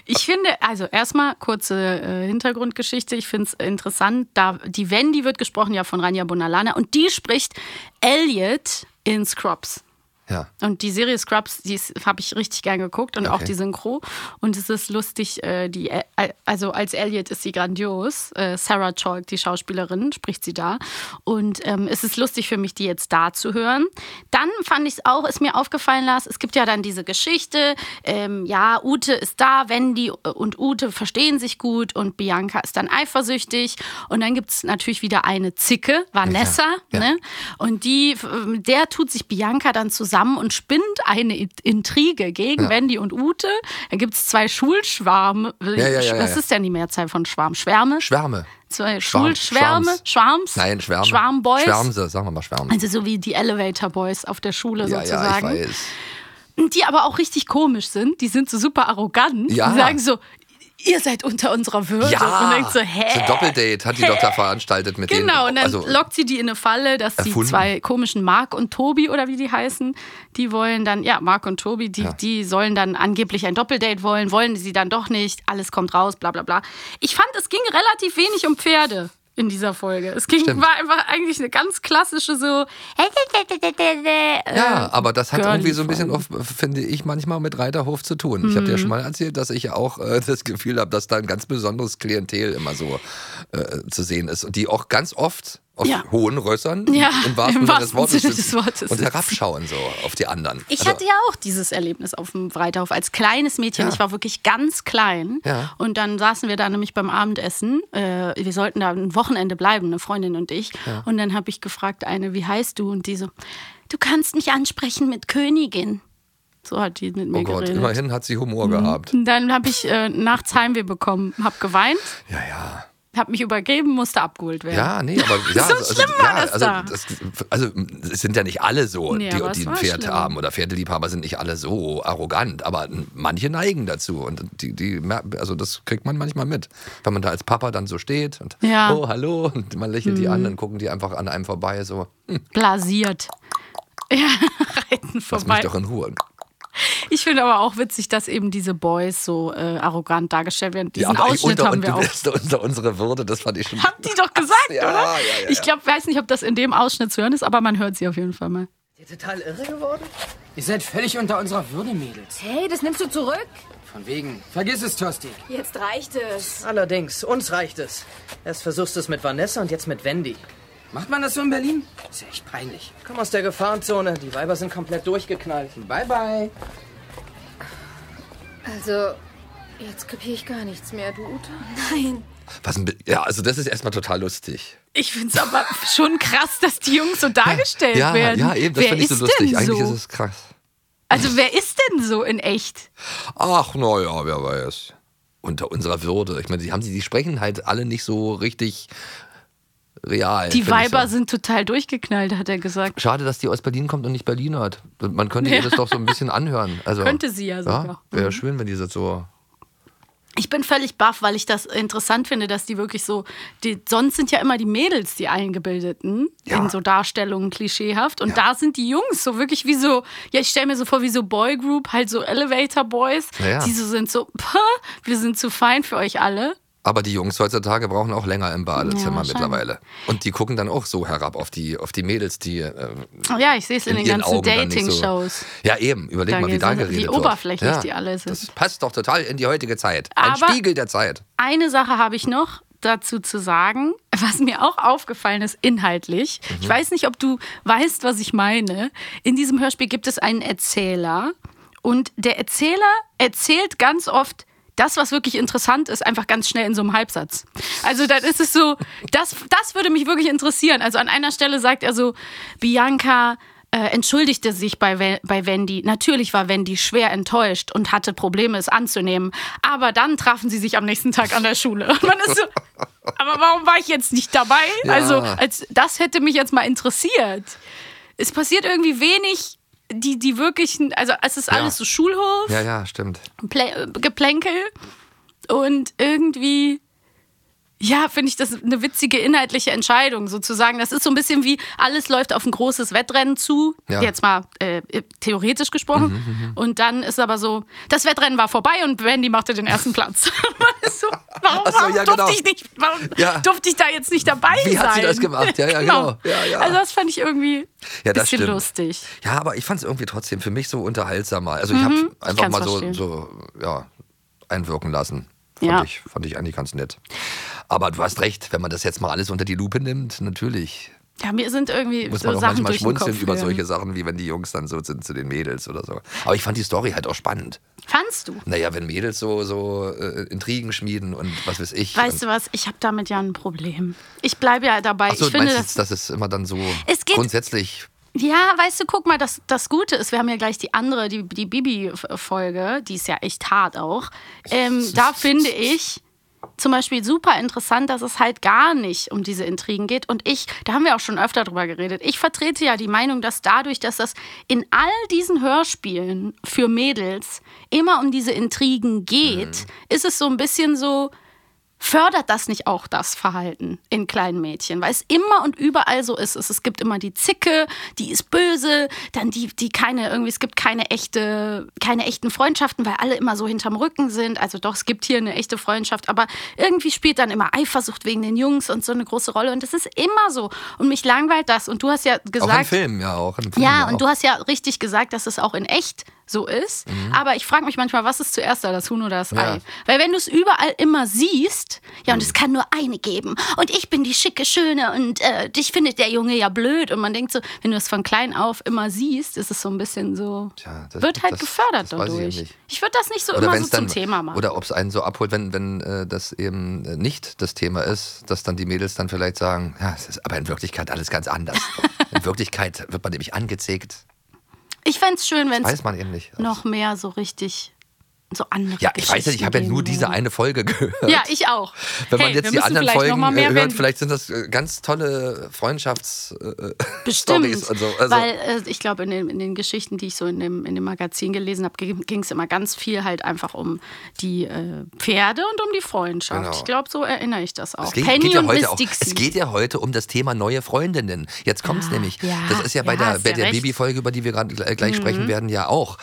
Speaker 5: Ich finde, also erstmal kurze äh, Hintergrundgeschichte. Ich finde es interessant, da die Wendy wird gesprochen ja von Rania Bonalana und die spricht Elliot in Scrubs.
Speaker 4: ja.
Speaker 5: Und die Serie Scrubs, die habe ich richtig gern geguckt und auch
Speaker 4: Okay.
Speaker 5: die Synchro. Und es ist lustig, äh, die, äh, also als Elliot ist sie grandios. Äh, Sarah Chalk, die Schauspielerin, spricht sie da. Und ähm, es ist lustig für mich, die jetzt da zu hören. Dann fand ich es auch, ist mir aufgefallen, Lars, es gibt ja dann diese Geschichte, ähm, ja, Ute ist da, Wendy äh, und Ute verstehen sich gut und Bianca ist dann eifersüchtig. Und dann gibt es natürlich wieder eine Zicke, Vanessa,
Speaker 4: Ja.
Speaker 5: ne? Und die, f- mit der tut sich Bianca dann zusammen und spinnt eine I- Intrige gegen Wendy und Ute. Da gibt es zwei Schulschwarme.
Speaker 4: ja, ja, ja,
Speaker 5: Was
Speaker 4: ja.
Speaker 5: ist denn die Mehrzahl von Schwarm? Schwärme?
Speaker 4: Schwärme.
Speaker 5: zwei
Speaker 4: Schwarm-
Speaker 5: Schulschwärme?
Speaker 4: Schwarms.
Speaker 5: Schwarms?
Speaker 4: Nein, Schwärme.
Speaker 5: Schwarmboys?
Speaker 4: Schwärmse, sagen wir mal Schwärme.
Speaker 5: Also so wie die Elevator Boys auf der Schule
Speaker 4: ja, ja, ich
Speaker 5: Also, sozusagen.
Speaker 4: weiß.
Speaker 5: die aber auch richtig komisch sind. Die sind so super arrogant.
Speaker 4: Ja.
Speaker 5: Die sagen so, ihr seid unter unserer Würde.
Speaker 4: Ja,
Speaker 5: Und denkt so, hä?
Speaker 4: ein Doppeldate hat die doch da veranstaltet mit denen.
Speaker 5: Genau, und dann
Speaker 4: also,
Speaker 5: lockt sie die in eine Falle, dass
Speaker 4: Erfunden.
Speaker 5: die zwei komischen Mark und Tobi oder wie die heißen, die wollen dann, ja, Mark und Tobi, die, die sollen dann angeblich ein Doppeldate wollen, wollen sie dann doch nicht, alles kommt raus, bla bla bla. Ich fand, es ging relativ wenig um Pferde in dieser Folge. Es ging,
Speaker 4: Stimmt.
Speaker 5: war einfach eigentlich eine ganz klassische so. äh,
Speaker 4: Ja, aber das hat
Speaker 5: Girly
Speaker 4: irgendwie so ein bisschen, auf, finde ich, manchmal mit Reiterhof zu tun. Ich
Speaker 5: Mhm.
Speaker 4: habe dir schon mal erzählt, dass ich auch äh, das Gefühl habe, dass da ein ganz besonderes Klientel immer so äh, zu sehen ist. Und die auch ganz oft auf
Speaker 5: Ja.
Speaker 4: hohen Rössern
Speaker 5: Ja,
Speaker 4: im wahrsten
Speaker 5: im
Speaker 4: Sinne des
Speaker 5: wahrsten
Speaker 4: Wortes,
Speaker 5: Sinne des
Speaker 4: sitzen
Speaker 5: Wortes
Speaker 4: und
Speaker 5: sitzen.
Speaker 4: herabschauen so auf die anderen.
Speaker 5: Ich
Speaker 4: Also,
Speaker 5: hatte ja auch dieses Erlebnis auf dem Reiterhof als kleines Mädchen.
Speaker 4: Ja.
Speaker 5: Ich war wirklich ganz klein.
Speaker 4: Ja.
Speaker 5: Und dann saßen wir da nämlich beim Abendessen. Äh, wir sollten da ein Wochenende bleiben, eine Freundin und ich. Und dann habe ich gefragt, eine, wie heißt du? Und die so, du kannst mich ansprechen mit Königin. So hat die mit mir
Speaker 4: oh Gott,
Speaker 5: geredet.
Speaker 4: immerhin hat sie
Speaker 5: Mhm.
Speaker 4: Humor gehabt.
Speaker 5: Und dann habe ich äh, nachts Heimweh bekommen, habe geweint,
Speaker 4: Ja, ja.
Speaker 5: habe mich übergeben, musste abgeholt werden.
Speaker 4: Ja, nee, aber ja,
Speaker 5: so
Speaker 4: also,
Speaker 5: schlimm
Speaker 4: ja,
Speaker 5: war das
Speaker 4: also,
Speaker 5: da.
Speaker 4: das, also es sind ja nicht alle so,
Speaker 5: Nee,
Speaker 4: die,
Speaker 5: aber es
Speaker 4: die ein
Speaker 5: war
Speaker 4: Pferd
Speaker 5: schlimm.
Speaker 4: haben oder Pferdeliebhaber sind nicht alle so arrogant, aber manche neigen dazu und die, die mer- also das kriegt man manchmal mit, wenn man da als Papa dann so steht und
Speaker 5: Ja. Mhm.
Speaker 4: oh hallo und man lächelt die an, dann gucken die einfach an einem vorbei so hm,
Speaker 5: Blasiert. Ja, reiten
Speaker 4: lass
Speaker 5: vorbei.
Speaker 4: mich doch in Ruhe.
Speaker 5: Ich finde aber auch witzig, dass eben diese Boys so äh, arrogant dargestellt werden. Diesen
Speaker 4: aber ich
Speaker 5: Ausschnitt
Speaker 4: unter,
Speaker 5: haben wir auch.
Speaker 4: unter, unter unsere Würde, das fand ich schon.
Speaker 5: Haben die doch gesagt,
Speaker 4: Ja,
Speaker 5: oder?
Speaker 4: ja, ja,
Speaker 5: ich glaube, weiß nicht, ob das in dem Ausschnitt zu hören ist, aber man hört sie auf jeden Fall mal.
Speaker 7: Ihr total irre geworden? Ihr seid völlig unter unserer Würde, Mädels.
Speaker 3: Hey, das nimmst du zurück?
Speaker 7: Von wegen. Vergiss es, Tosti.
Speaker 8: Jetzt reicht es.
Speaker 9: Allerdings, uns reicht es. Erst versuchst du es mit Vanessa und jetzt mit Wendy.
Speaker 7: Macht man das so in Berlin? Ist ja echt peinlich.
Speaker 9: Komm aus der Gefahrenzone, die Weiber sind komplett durchgeknallt.
Speaker 7: Bye, bye.
Speaker 3: Also, jetzt kapiere ich gar nichts mehr, du Ute.
Speaker 4: Was ein, Bi- ja, also das ist erstmal total lustig.
Speaker 5: Ich finde es aber schon krass, dass die Jungs so dargestellt
Speaker 4: Ja,
Speaker 5: werden.
Speaker 4: ja, eben, das
Speaker 5: wer
Speaker 4: finde ich
Speaker 5: ist
Speaker 4: so lustig.
Speaker 5: denn
Speaker 4: Eigentlich
Speaker 5: so?
Speaker 4: ist es krass.
Speaker 5: also wer ist denn so in echt?
Speaker 4: Ach, naja, wer weiß. Unter unserer Würde. Ich meine, die, haben, die sprechen halt alle nicht so richtig real.
Speaker 5: Die
Speaker 4: find ich
Speaker 5: Weiber
Speaker 4: so.
Speaker 5: sind total durchgeknallt, hat er gesagt.
Speaker 4: Schade, dass die aus Berlin kommt und nicht Berlin hat. Man könnte
Speaker 5: Ja.
Speaker 4: ihr das doch so ein bisschen anhören. Also,
Speaker 5: Könnte sie ja sogar. Mhm.
Speaker 4: Wäre schön, wenn die das so.
Speaker 5: Ich bin völlig baff, weil ich das interessant finde, dass die wirklich so. Die, sonst sind ja immer die Mädels die Eingebildeten
Speaker 4: Ja.
Speaker 5: in so Darstellungen klischeehaft. Und da sind die Jungs so wirklich wie so. Ja, ich stelle mir so vor, wie so Boygroup, halt so Elevator Boys.
Speaker 4: Ja, ja.
Speaker 5: Die so sind so, "Pah, wir sind zu fein für euch alle.
Speaker 4: Aber die Jungs heutzutage brauchen auch länger im
Speaker 5: Ja,
Speaker 4: Badezimmer
Speaker 5: wahrscheinlich.
Speaker 4: mittlerweile. Und die gucken dann auch so herab auf die, auf die Mädels, die äh,
Speaker 5: Oh ja, ich sehe es
Speaker 4: in,
Speaker 5: in, den
Speaker 4: ihren
Speaker 5: ganzen
Speaker 4: Augen dann nicht
Speaker 5: Dating-Shows.
Speaker 4: So. Ja, eben. Überleg
Speaker 5: Da
Speaker 4: mal, wie da
Speaker 5: geht's- wie
Speaker 4: geredet wird.
Speaker 5: oberflächlich
Speaker 4: ja,
Speaker 5: die alle sind.
Speaker 4: Das passt doch total in die heutige Zeit. Ein
Speaker 5: Aber-
Speaker 4: Spiegel der Zeit.
Speaker 5: Eine Sache habe ich noch dazu zu sagen, was mir auch aufgefallen ist inhaltlich. Ich weiß nicht, ob du weißt, was ich meine. In diesem Hörspiel gibt es einen Erzähler und der Erzähler erzählt ganz oft das, was wirklich interessant ist, einfach ganz schnell in so einem Halbsatz. Also dann ist es so, das, das würde mich wirklich interessieren. Also an einer Stelle sagt er so, Bianca, äh, äh, entschuldigte sich bei, We- bei Wendy. Natürlich war Wendy schwer enttäuscht und hatte Probleme, es anzunehmen. Aber dann trafen sie sich am nächsten Tag an der Schule. Und man ist so, aber warum war ich jetzt nicht dabei?
Speaker 4: Ja.
Speaker 5: Also, als, das hätte mich jetzt mal interessiert. Es passiert irgendwie wenig, die, die wirklichen, also es ist alles so Schulhof,
Speaker 4: Ja, ja, stimmt.
Speaker 5: Plä- äh, Geplänkel und irgendwie. Ja, finde ich das eine witzige inhaltliche Entscheidung sozusagen. Das ist so ein bisschen wie, alles läuft auf ein großes Wettrennen zu,
Speaker 4: Ja. Mhm,
Speaker 5: jetzt mal äh, theoretisch gesprochen. und dann ist aber so, das Wettrennen war vorbei und Wendy machte den ersten Platz. Man ist so, warum
Speaker 4: Ach so,
Speaker 5: warum
Speaker 4: ja, genau.
Speaker 5: durfte, ich nicht, warum
Speaker 4: Ja.
Speaker 5: durfte ich da jetzt nicht dabei sein?
Speaker 4: Wie hat sie das gemacht? Ja, ja, genau. Ja, ja.
Speaker 5: Also das fand ich irgendwie
Speaker 4: Ja,
Speaker 5: ein
Speaker 4: das
Speaker 5: bisschen
Speaker 4: stimmt.
Speaker 5: lustig.
Speaker 4: Ja, aber ich fand es irgendwie trotzdem für mich so unterhaltsam mal. Also ich habe einfach
Speaker 5: Mhm, kann's
Speaker 4: mal so,
Speaker 5: verstehen.
Speaker 4: so ja, einwirken lassen. Fand,
Speaker 5: Ja.
Speaker 4: ich, fand ich eigentlich ganz nett. Aber du hast recht, wenn man das jetzt mal alles unter die Lupe nimmt, natürlich
Speaker 5: Ja, mir sind irgendwie
Speaker 4: muss
Speaker 5: so
Speaker 4: man auch
Speaker 5: Sachen
Speaker 4: manchmal
Speaker 5: durch den
Speaker 4: schmunzeln
Speaker 5: Kopf
Speaker 4: über
Speaker 5: gehen.
Speaker 4: solche Sachen, wie wenn die Jungs dann so sind zu den Mädels oder so. Aber ich fand die Story halt auch spannend.
Speaker 5: Fandst du?
Speaker 4: Naja, wenn Mädels so, so äh, Intrigen schmieden und was weiß ich.
Speaker 5: Weißt du was? Ich habe damit ja ein Problem. Ich bleibe ja dabei.
Speaker 4: Achso,
Speaker 5: ich
Speaker 4: du meinst
Speaker 5: finde
Speaker 4: das, jetzt,
Speaker 5: das,
Speaker 4: dass es immer dann so
Speaker 5: Es geht-
Speaker 4: grundsätzlich
Speaker 5: Ja, weißt du, guck mal, das, das Gute ist, wir haben ja gleich die andere, die, die Bibi-Folge, die ist ja echt hart auch. Ähm, da finde ich zum Beispiel super interessant, dass es halt gar nicht um diese Intrigen geht. Und ich, da haben wir auch schon öfter drüber geredet, ich vertrete ja die Meinung, dass dadurch, dass das in all diesen Hörspielen für Mädels immer um diese Intrigen geht,
Speaker 4: Mhm.
Speaker 5: ist es so ein bisschen so, fördert das nicht auch das Verhalten in kleinen Mädchen? Weil es immer und überall so ist. Es, es gibt immer die Zicke, die ist böse, dann die, die keine, irgendwie, es gibt keine echte, keine echten Freundschaften, weil alle immer so hinterm Rücken sind. Also doch, es gibt hier eine echte Freundschaft, aber irgendwie spielt dann immer Eifersucht wegen den Jungs und so eine große Rolle. Und das ist immer so. Und mich langweilt das. Und du hast ja gesagt.
Speaker 4: auch im Film, ja auch. Im Film
Speaker 5: Ja,
Speaker 4: auch.
Speaker 5: und du hast ja richtig gesagt, dass es auch in echt so ist. Aber ich frage mich manchmal, was ist zuerst da, das Huhn oder das
Speaker 4: Mhm. Ja. Mhm.
Speaker 5: Ei? Weil wenn du es überall immer siehst, ja, und es kann nur eine geben. Und ich bin die schicke Schöne und äh, dich findet der Junge ja blöd. Und man denkt so, wenn du es von klein auf immer siehst, ist es so ein bisschen so,
Speaker 4: Tja, das-
Speaker 5: wird halt
Speaker 4: das-
Speaker 5: gefördert
Speaker 4: das weiß ich ja
Speaker 5: dadurch. Ich,
Speaker 4: nicht.
Speaker 5: würde das nicht so
Speaker 4: oder
Speaker 5: immer
Speaker 4: wenn
Speaker 5: so
Speaker 4: es
Speaker 5: zum
Speaker 4: dann
Speaker 5: Thema machen.
Speaker 4: oder ob es einen so abholt, wenn wenn äh, das eben äh, nicht das Thema ist, dass dann die Mädels dann vielleicht sagen, ja, es ist aber in Wirklichkeit alles ganz anders. in Wirklichkeit wird man nämlich angezickt,
Speaker 5: ich fände es schön, wenn es
Speaker 4: weiß man eben nicht.
Speaker 5: noch mehr so richtig so andere
Speaker 4: ja, ich weiß nicht, ich habe ja
Speaker 5: Geschichten
Speaker 4: nur
Speaker 5: geben
Speaker 4: diese
Speaker 5: würden.
Speaker 4: eine Folge gehört.
Speaker 5: Ja, ich auch.
Speaker 4: Wenn
Speaker 5: hey,
Speaker 4: man
Speaker 5: wir
Speaker 4: jetzt die
Speaker 5: müssen
Speaker 4: anderen
Speaker 5: vielleicht noch
Speaker 4: Folgen
Speaker 5: mal mehr
Speaker 4: äh,
Speaker 5: Wendy-
Speaker 4: hört, vielleicht sind das äh, ganz tolle
Speaker 5: Bestimmt.
Speaker 4: Freundschafts-Stories und so. Also,
Speaker 5: Weil äh, ich glaube, in den, in den Geschichten, die ich so in dem, in dem Magazin gelesen habe, ging es immer ganz viel halt einfach um die äh, Pferde und um die Freundschaft.
Speaker 4: Genau.
Speaker 5: Ich glaube, so erinnere ich das auch.
Speaker 4: es, geht,
Speaker 5: Penny
Speaker 4: geht ja
Speaker 5: und
Speaker 4: heute
Speaker 5: Miss
Speaker 4: auch,
Speaker 5: Dixie.
Speaker 4: es geht ja heute um das Thema neue Freundinnen. Jetzt kommt es
Speaker 5: Ah,
Speaker 4: nämlich.
Speaker 5: ja,
Speaker 4: das ist ja bei
Speaker 5: ja,
Speaker 4: der,
Speaker 5: hast
Speaker 4: bei
Speaker 5: ja
Speaker 4: der
Speaker 5: recht. Mhm.
Speaker 4: Bibi-Folge, über die wir gerade gl- äh, gleich sprechen werden, ja auch.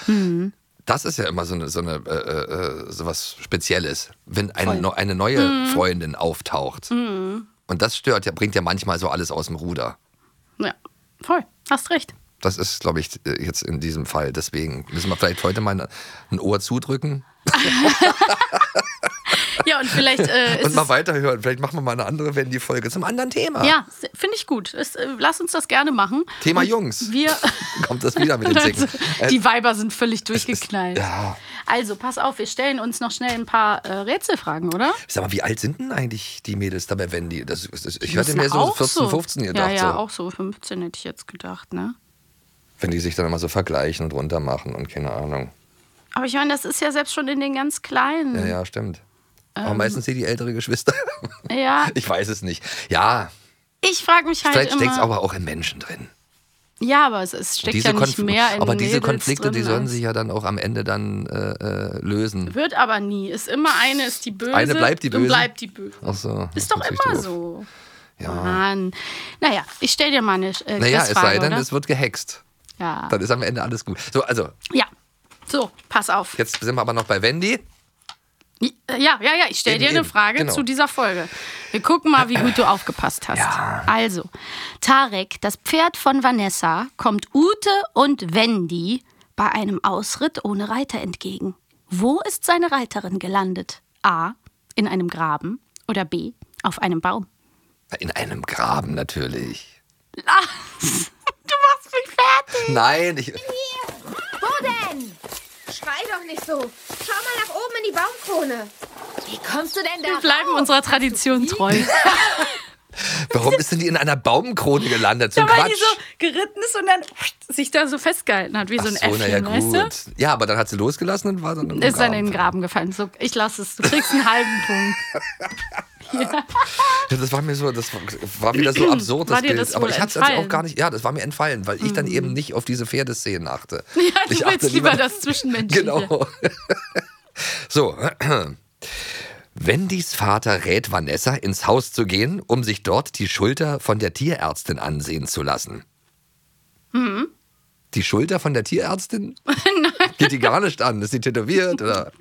Speaker 4: Das ist ja immer so eine, so eine äh, äh, sowas Spezielles, wenn eine, neu- eine neue
Speaker 5: Mhm.
Speaker 4: Freundin auftaucht. Und das stört ja, bringt ja manchmal so alles aus dem Ruder.
Speaker 5: ja, voll. Hast recht.
Speaker 4: Das ist, glaube ich, äh, jetzt in diesem Fall. Deswegen müssen wir vielleicht heute mal ein Ohr zudrücken
Speaker 5: Ja, und vielleicht äh, ist
Speaker 4: und mal
Speaker 5: es,
Speaker 4: weiterhören. Vielleicht machen wir mal eine andere Wendy-Folge zum anderen Thema.
Speaker 5: Ja, s- finde ich gut. Es, äh, lass uns das gerne machen.
Speaker 4: Thema
Speaker 5: Und
Speaker 4: Jungs.
Speaker 5: Wir.
Speaker 4: Kommt das wieder mit Äh, den Zicken.
Speaker 5: die Weiber sind völlig durchgeknallt.
Speaker 4: ja.
Speaker 5: Also, pass auf, wir stellen uns noch schnell ein paar äh, Rätselfragen, oder?
Speaker 4: Sag mal, wie alt sind denn eigentlich die Mädels da bei Wendy? Das, das, das, ich hatte
Speaker 5: Müssen
Speaker 4: mir so
Speaker 5: auch
Speaker 4: 14, 15 gedacht.
Speaker 5: Ja, ja,
Speaker 4: so,
Speaker 5: auch so 15 hätte ich jetzt gedacht, ne?
Speaker 4: Wenn die sich dann immer so vergleichen und runtermachen und keine Ahnung.
Speaker 5: Aber ich meine, das ist ja selbst schon in den ganz Kleinen.
Speaker 4: Ja, ja, stimmt.
Speaker 5: Ähm.
Speaker 4: Aber meistens sind die ältere Geschwister.
Speaker 5: Ja.
Speaker 4: Ich weiß es nicht. Ja,
Speaker 5: Ich frage mich halt
Speaker 4: vielleicht
Speaker 5: immer.
Speaker 4: steckt es aber auch im Menschen drin.
Speaker 5: ja, aber es, es steckt
Speaker 4: Diese
Speaker 5: ja nicht
Speaker 4: Konf-
Speaker 5: mehr in
Speaker 4: aber diese
Speaker 5: Mädels
Speaker 4: Konflikte,
Speaker 5: drin,
Speaker 4: die sollen
Speaker 5: als-
Speaker 4: sich ja dann auch am Ende dann äh, äh, lösen.
Speaker 5: Wird aber nie. Ist immer eine, ist die böse.
Speaker 4: Eine bleibt die
Speaker 5: Und
Speaker 4: Böse.
Speaker 5: bleibt die böse.
Speaker 4: Ach so. das
Speaker 5: Ist doch
Speaker 4: natürlich
Speaker 5: immer
Speaker 4: doof.
Speaker 5: so.
Speaker 4: Ja.
Speaker 5: Mann. Naja, ich stelle dir mal eine äh,
Speaker 4: Naja, es
Speaker 5: Quizfrage,
Speaker 4: sei denn,
Speaker 5: oder?
Speaker 4: es wird gehext.
Speaker 5: ja.
Speaker 4: Dann ist am Ende alles gut. So, also,
Speaker 5: ja. So, pass auf.
Speaker 4: jetzt sind wir aber noch bei Wendy.
Speaker 5: Äh, Ja, ja, ja, ich stelle
Speaker 4: Eben,
Speaker 5: dir eine
Speaker 4: eben,
Speaker 5: Frage
Speaker 4: genau.
Speaker 5: zu dieser Folge. Wir gucken mal, wie gut du aufgepasst hast. Also, Tarek, das Pferd von Vanessa, kommt Ute und Wendy bei einem Ausritt ohne Reiter entgegen. Wo ist seine Reiterin gelandet? A. In einem Graben oder B. Auf einem Baum.
Speaker 4: In einem Graben natürlich.
Speaker 5: Lars, du machst mich fertig.
Speaker 4: Nein, ich,
Speaker 3: Wo denn? Schrei doch nicht so. Schau mal nach oben in die Baumkrone. Wie kommst du denn da?
Speaker 5: Wir bleiben unserer Tradition treu.
Speaker 4: Warum ist denn die in einer Baumkrone gelandet? So ein
Speaker 5: Ja, weil die
Speaker 4: Quatsch.
Speaker 5: so geritten ist und dann sich da so festgehalten hat, wie so ein
Speaker 4: Ach so, na
Speaker 5: Äffchen,
Speaker 4: ja,
Speaker 5: weißt du?
Speaker 4: gut. Ja, aber dann hat sie losgelassen und war dann im
Speaker 5: Ist dann
Speaker 4: Graben.
Speaker 5: in den Graben gefallen. So, ich lasse es. Du kriegst einen halben Punkt.
Speaker 4: Ja, das war mir so, das war, war wieder so absurd,
Speaker 5: War
Speaker 4: das
Speaker 5: dir
Speaker 4: Bild.
Speaker 5: das
Speaker 4: Aber
Speaker 5: wohl
Speaker 4: ich hatte es also auch
Speaker 5: entfallen? Hm.
Speaker 4: gar nicht, ja, das war mir entfallen, weil ich dann eben nicht auf diese Pferdeszenen achte.
Speaker 5: Ja, du
Speaker 4: ich
Speaker 5: willst lieber das Zwischenmenschliche.
Speaker 4: Genau. so. Wendys Vater rät Vanessa, ins Haus zu gehen, um sich dort die Schulter von der Tierärztin ansehen zu lassen.
Speaker 5: Hm?
Speaker 4: Die Schulter von der Tierärztin? Geht die gar nicht an? Ist die tätowiert? Oder?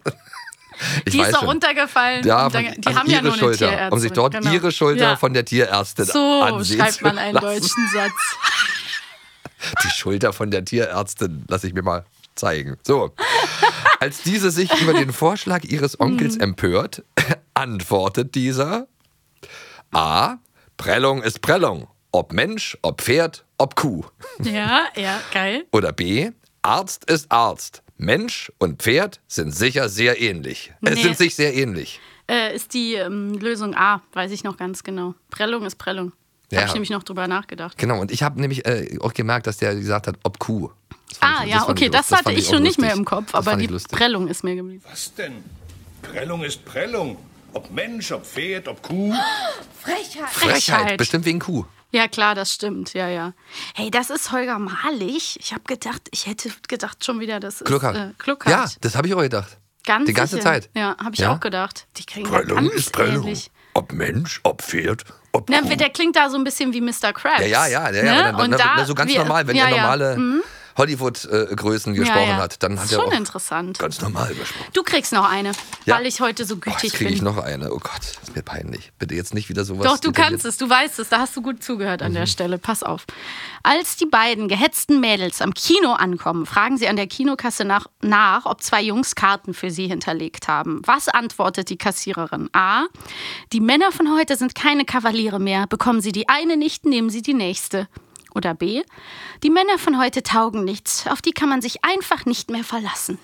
Speaker 4: Ich
Speaker 5: Die
Speaker 4: weiß
Speaker 5: ist doch
Speaker 4: schon.
Speaker 5: runtergefallen.
Speaker 4: Ja,
Speaker 5: Und
Speaker 4: von,
Speaker 5: dann- die
Speaker 4: also
Speaker 5: haben ja
Speaker 4: ihre
Speaker 5: nur eine
Speaker 4: Schulter,
Speaker 5: Tierärztin.
Speaker 4: um sich dort
Speaker 5: genau.
Speaker 4: ihre Schulter
Speaker 5: ja.
Speaker 4: von der Tierärztin
Speaker 5: So
Speaker 4: ansehen
Speaker 5: schreibt
Speaker 4: zu
Speaker 5: man einen
Speaker 4: lassen.
Speaker 5: deutschen Satz.
Speaker 4: Die Schulter von der Tierärztin lasse ich mir mal zeigen. So. Als diese sich über den Vorschlag ihres Onkels
Speaker 5: Mhm.
Speaker 4: empört, antwortet dieser: A. Prellung ist Prellung. Ob Mensch, ob Pferd, ob Kuh.
Speaker 5: Ja, ja, geil.
Speaker 4: Oder B. Arzt ist Arzt. Mensch und Pferd sind sicher sehr ähnlich. Es
Speaker 5: Nee.
Speaker 4: sind sich sehr ähnlich.
Speaker 5: Äh, ist die ähm, Lösung A, weiß ich noch ganz genau. Prellung ist Prellung. Da
Speaker 4: Ja.
Speaker 5: habe ich nämlich noch drüber nachgedacht.
Speaker 4: Genau, und ich habe nämlich äh, auch gemerkt, dass der gesagt hat, ob Kuh. Das fand
Speaker 5: Ah,
Speaker 4: ich-
Speaker 5: ja,
Speaker 4: fand
Speaker 5: okay,
Speaker 4: ich-
Speaker 5: das, hatte
Speaker 4: fand
Speaker 5: ich
Speaker 4: auch
Speaker 5: schon nicht
Speaker 4: lustig.
Speaker 5: mehr im Kopf,
Speaker 4: Das
Speaker 5: aber
Speaker 4: fand
Speaker 5: die
Speaker 4: ich lustig.
Speaker 5: Prellung ist mir geblieben.
Speaker 2: Was denn? Prellung ist Prellung. Ob Mensch, ob Pferd, ob Kuh.
Speaker 3: Frechheit.
Speaker 4: Frechheit,
Speaker 5: Frechheit.
Speaker 4: bestimmt wegen Kuh.
Speaker 5: Ja, klar, das stimmt. Ja, ja. Hey, das ist Holger Malich. Ich habe gedacht, ich hätte gedacht schon wieder, das ist
Speaker 4: Kluckert.
Speaker 5: Äh, Kluckert.
Speaker 4: Ja, das habe ich auch gedacht.
Speaker 5: Ganz
Speaker 4: Die ganze
Speaker 5: sicher.
Speaker 4: Zeit.
Speaker 5: Ja, habe ich
Speaker 4: Ja?
Speaker 5: auch gedacht. Die kriegen
Speaker 2: Prellung
Speaker 5: ganz
Speaker 2: ist Prellung.
Speaker 5: ähnlich.
Speaker 4: Ob Mensch, ob Pferd, ob
Speaker 5: Na,
Speaker 4: Kuh.
Speaker 5: der klingt da so ein bisschen wie Mr. Krabs.
Speaker 4: Oh. Ja, ja, ja, ja, ja.
Speaker 5: Ne?
Speaker 4: Dann, dann,
Speaker 5: Und da,
Speaker 4: dann so ganz
Speaker 5: wir-
Speaker 4: normal, wenn
Speaker 5: ja,
Speaker 4: er
Speaker 5: ja.
Speaker 4: normale
Speaker 5: Mhm.
Speaker 4: Hollywood-Größen
Speaker 5: Ja,
Speaker 4: gesprochen
Speaker 5: ja.
Speaker 4: hat, dann hat
Speaker 5: ist
Speaker 4: er
Speaker 5: schon
Speaker 4: auch
Speaker 5: interessant.
Speaker 4: ganz normal gesprochen.
Speaker 5: Du kriegst noch eine,
Speaker 4: Ja.
Speaker 5: weil ich heute so
Speaker 4: Oh,
Speaker 5: gütig
Speaker 4: jetzt kriege
Speaker 5: bin.
Speaker 4: ich noch eine. Oh Gott, ist mir peinlich. Bitte jetzt nicht wieder sowas.
Speaker 5: Doch, du
Speaker 4: detailliert-
Speaker 5: kannst es, du weißt es, da hast du gut zugehört
Speaker 4: Mhm.
Speaker 5: an der Stelle. Pass auf. Als die beiden gehetzten Mädels am Kino ankommen, fragen sie an der Kinokasse nach, nach, ob zwei Jungs Karten für sie hinterlegt haben. Was antwortet die Kassiererin? A. Die Männer von heute sind keine Kavaliere mehr. Bekommen sie die eine nicht, nehmen sie die nächste. Oder B. Die Männer von heute taugen nichts. Auf die kann man sich einfach nicht mehr verlassen.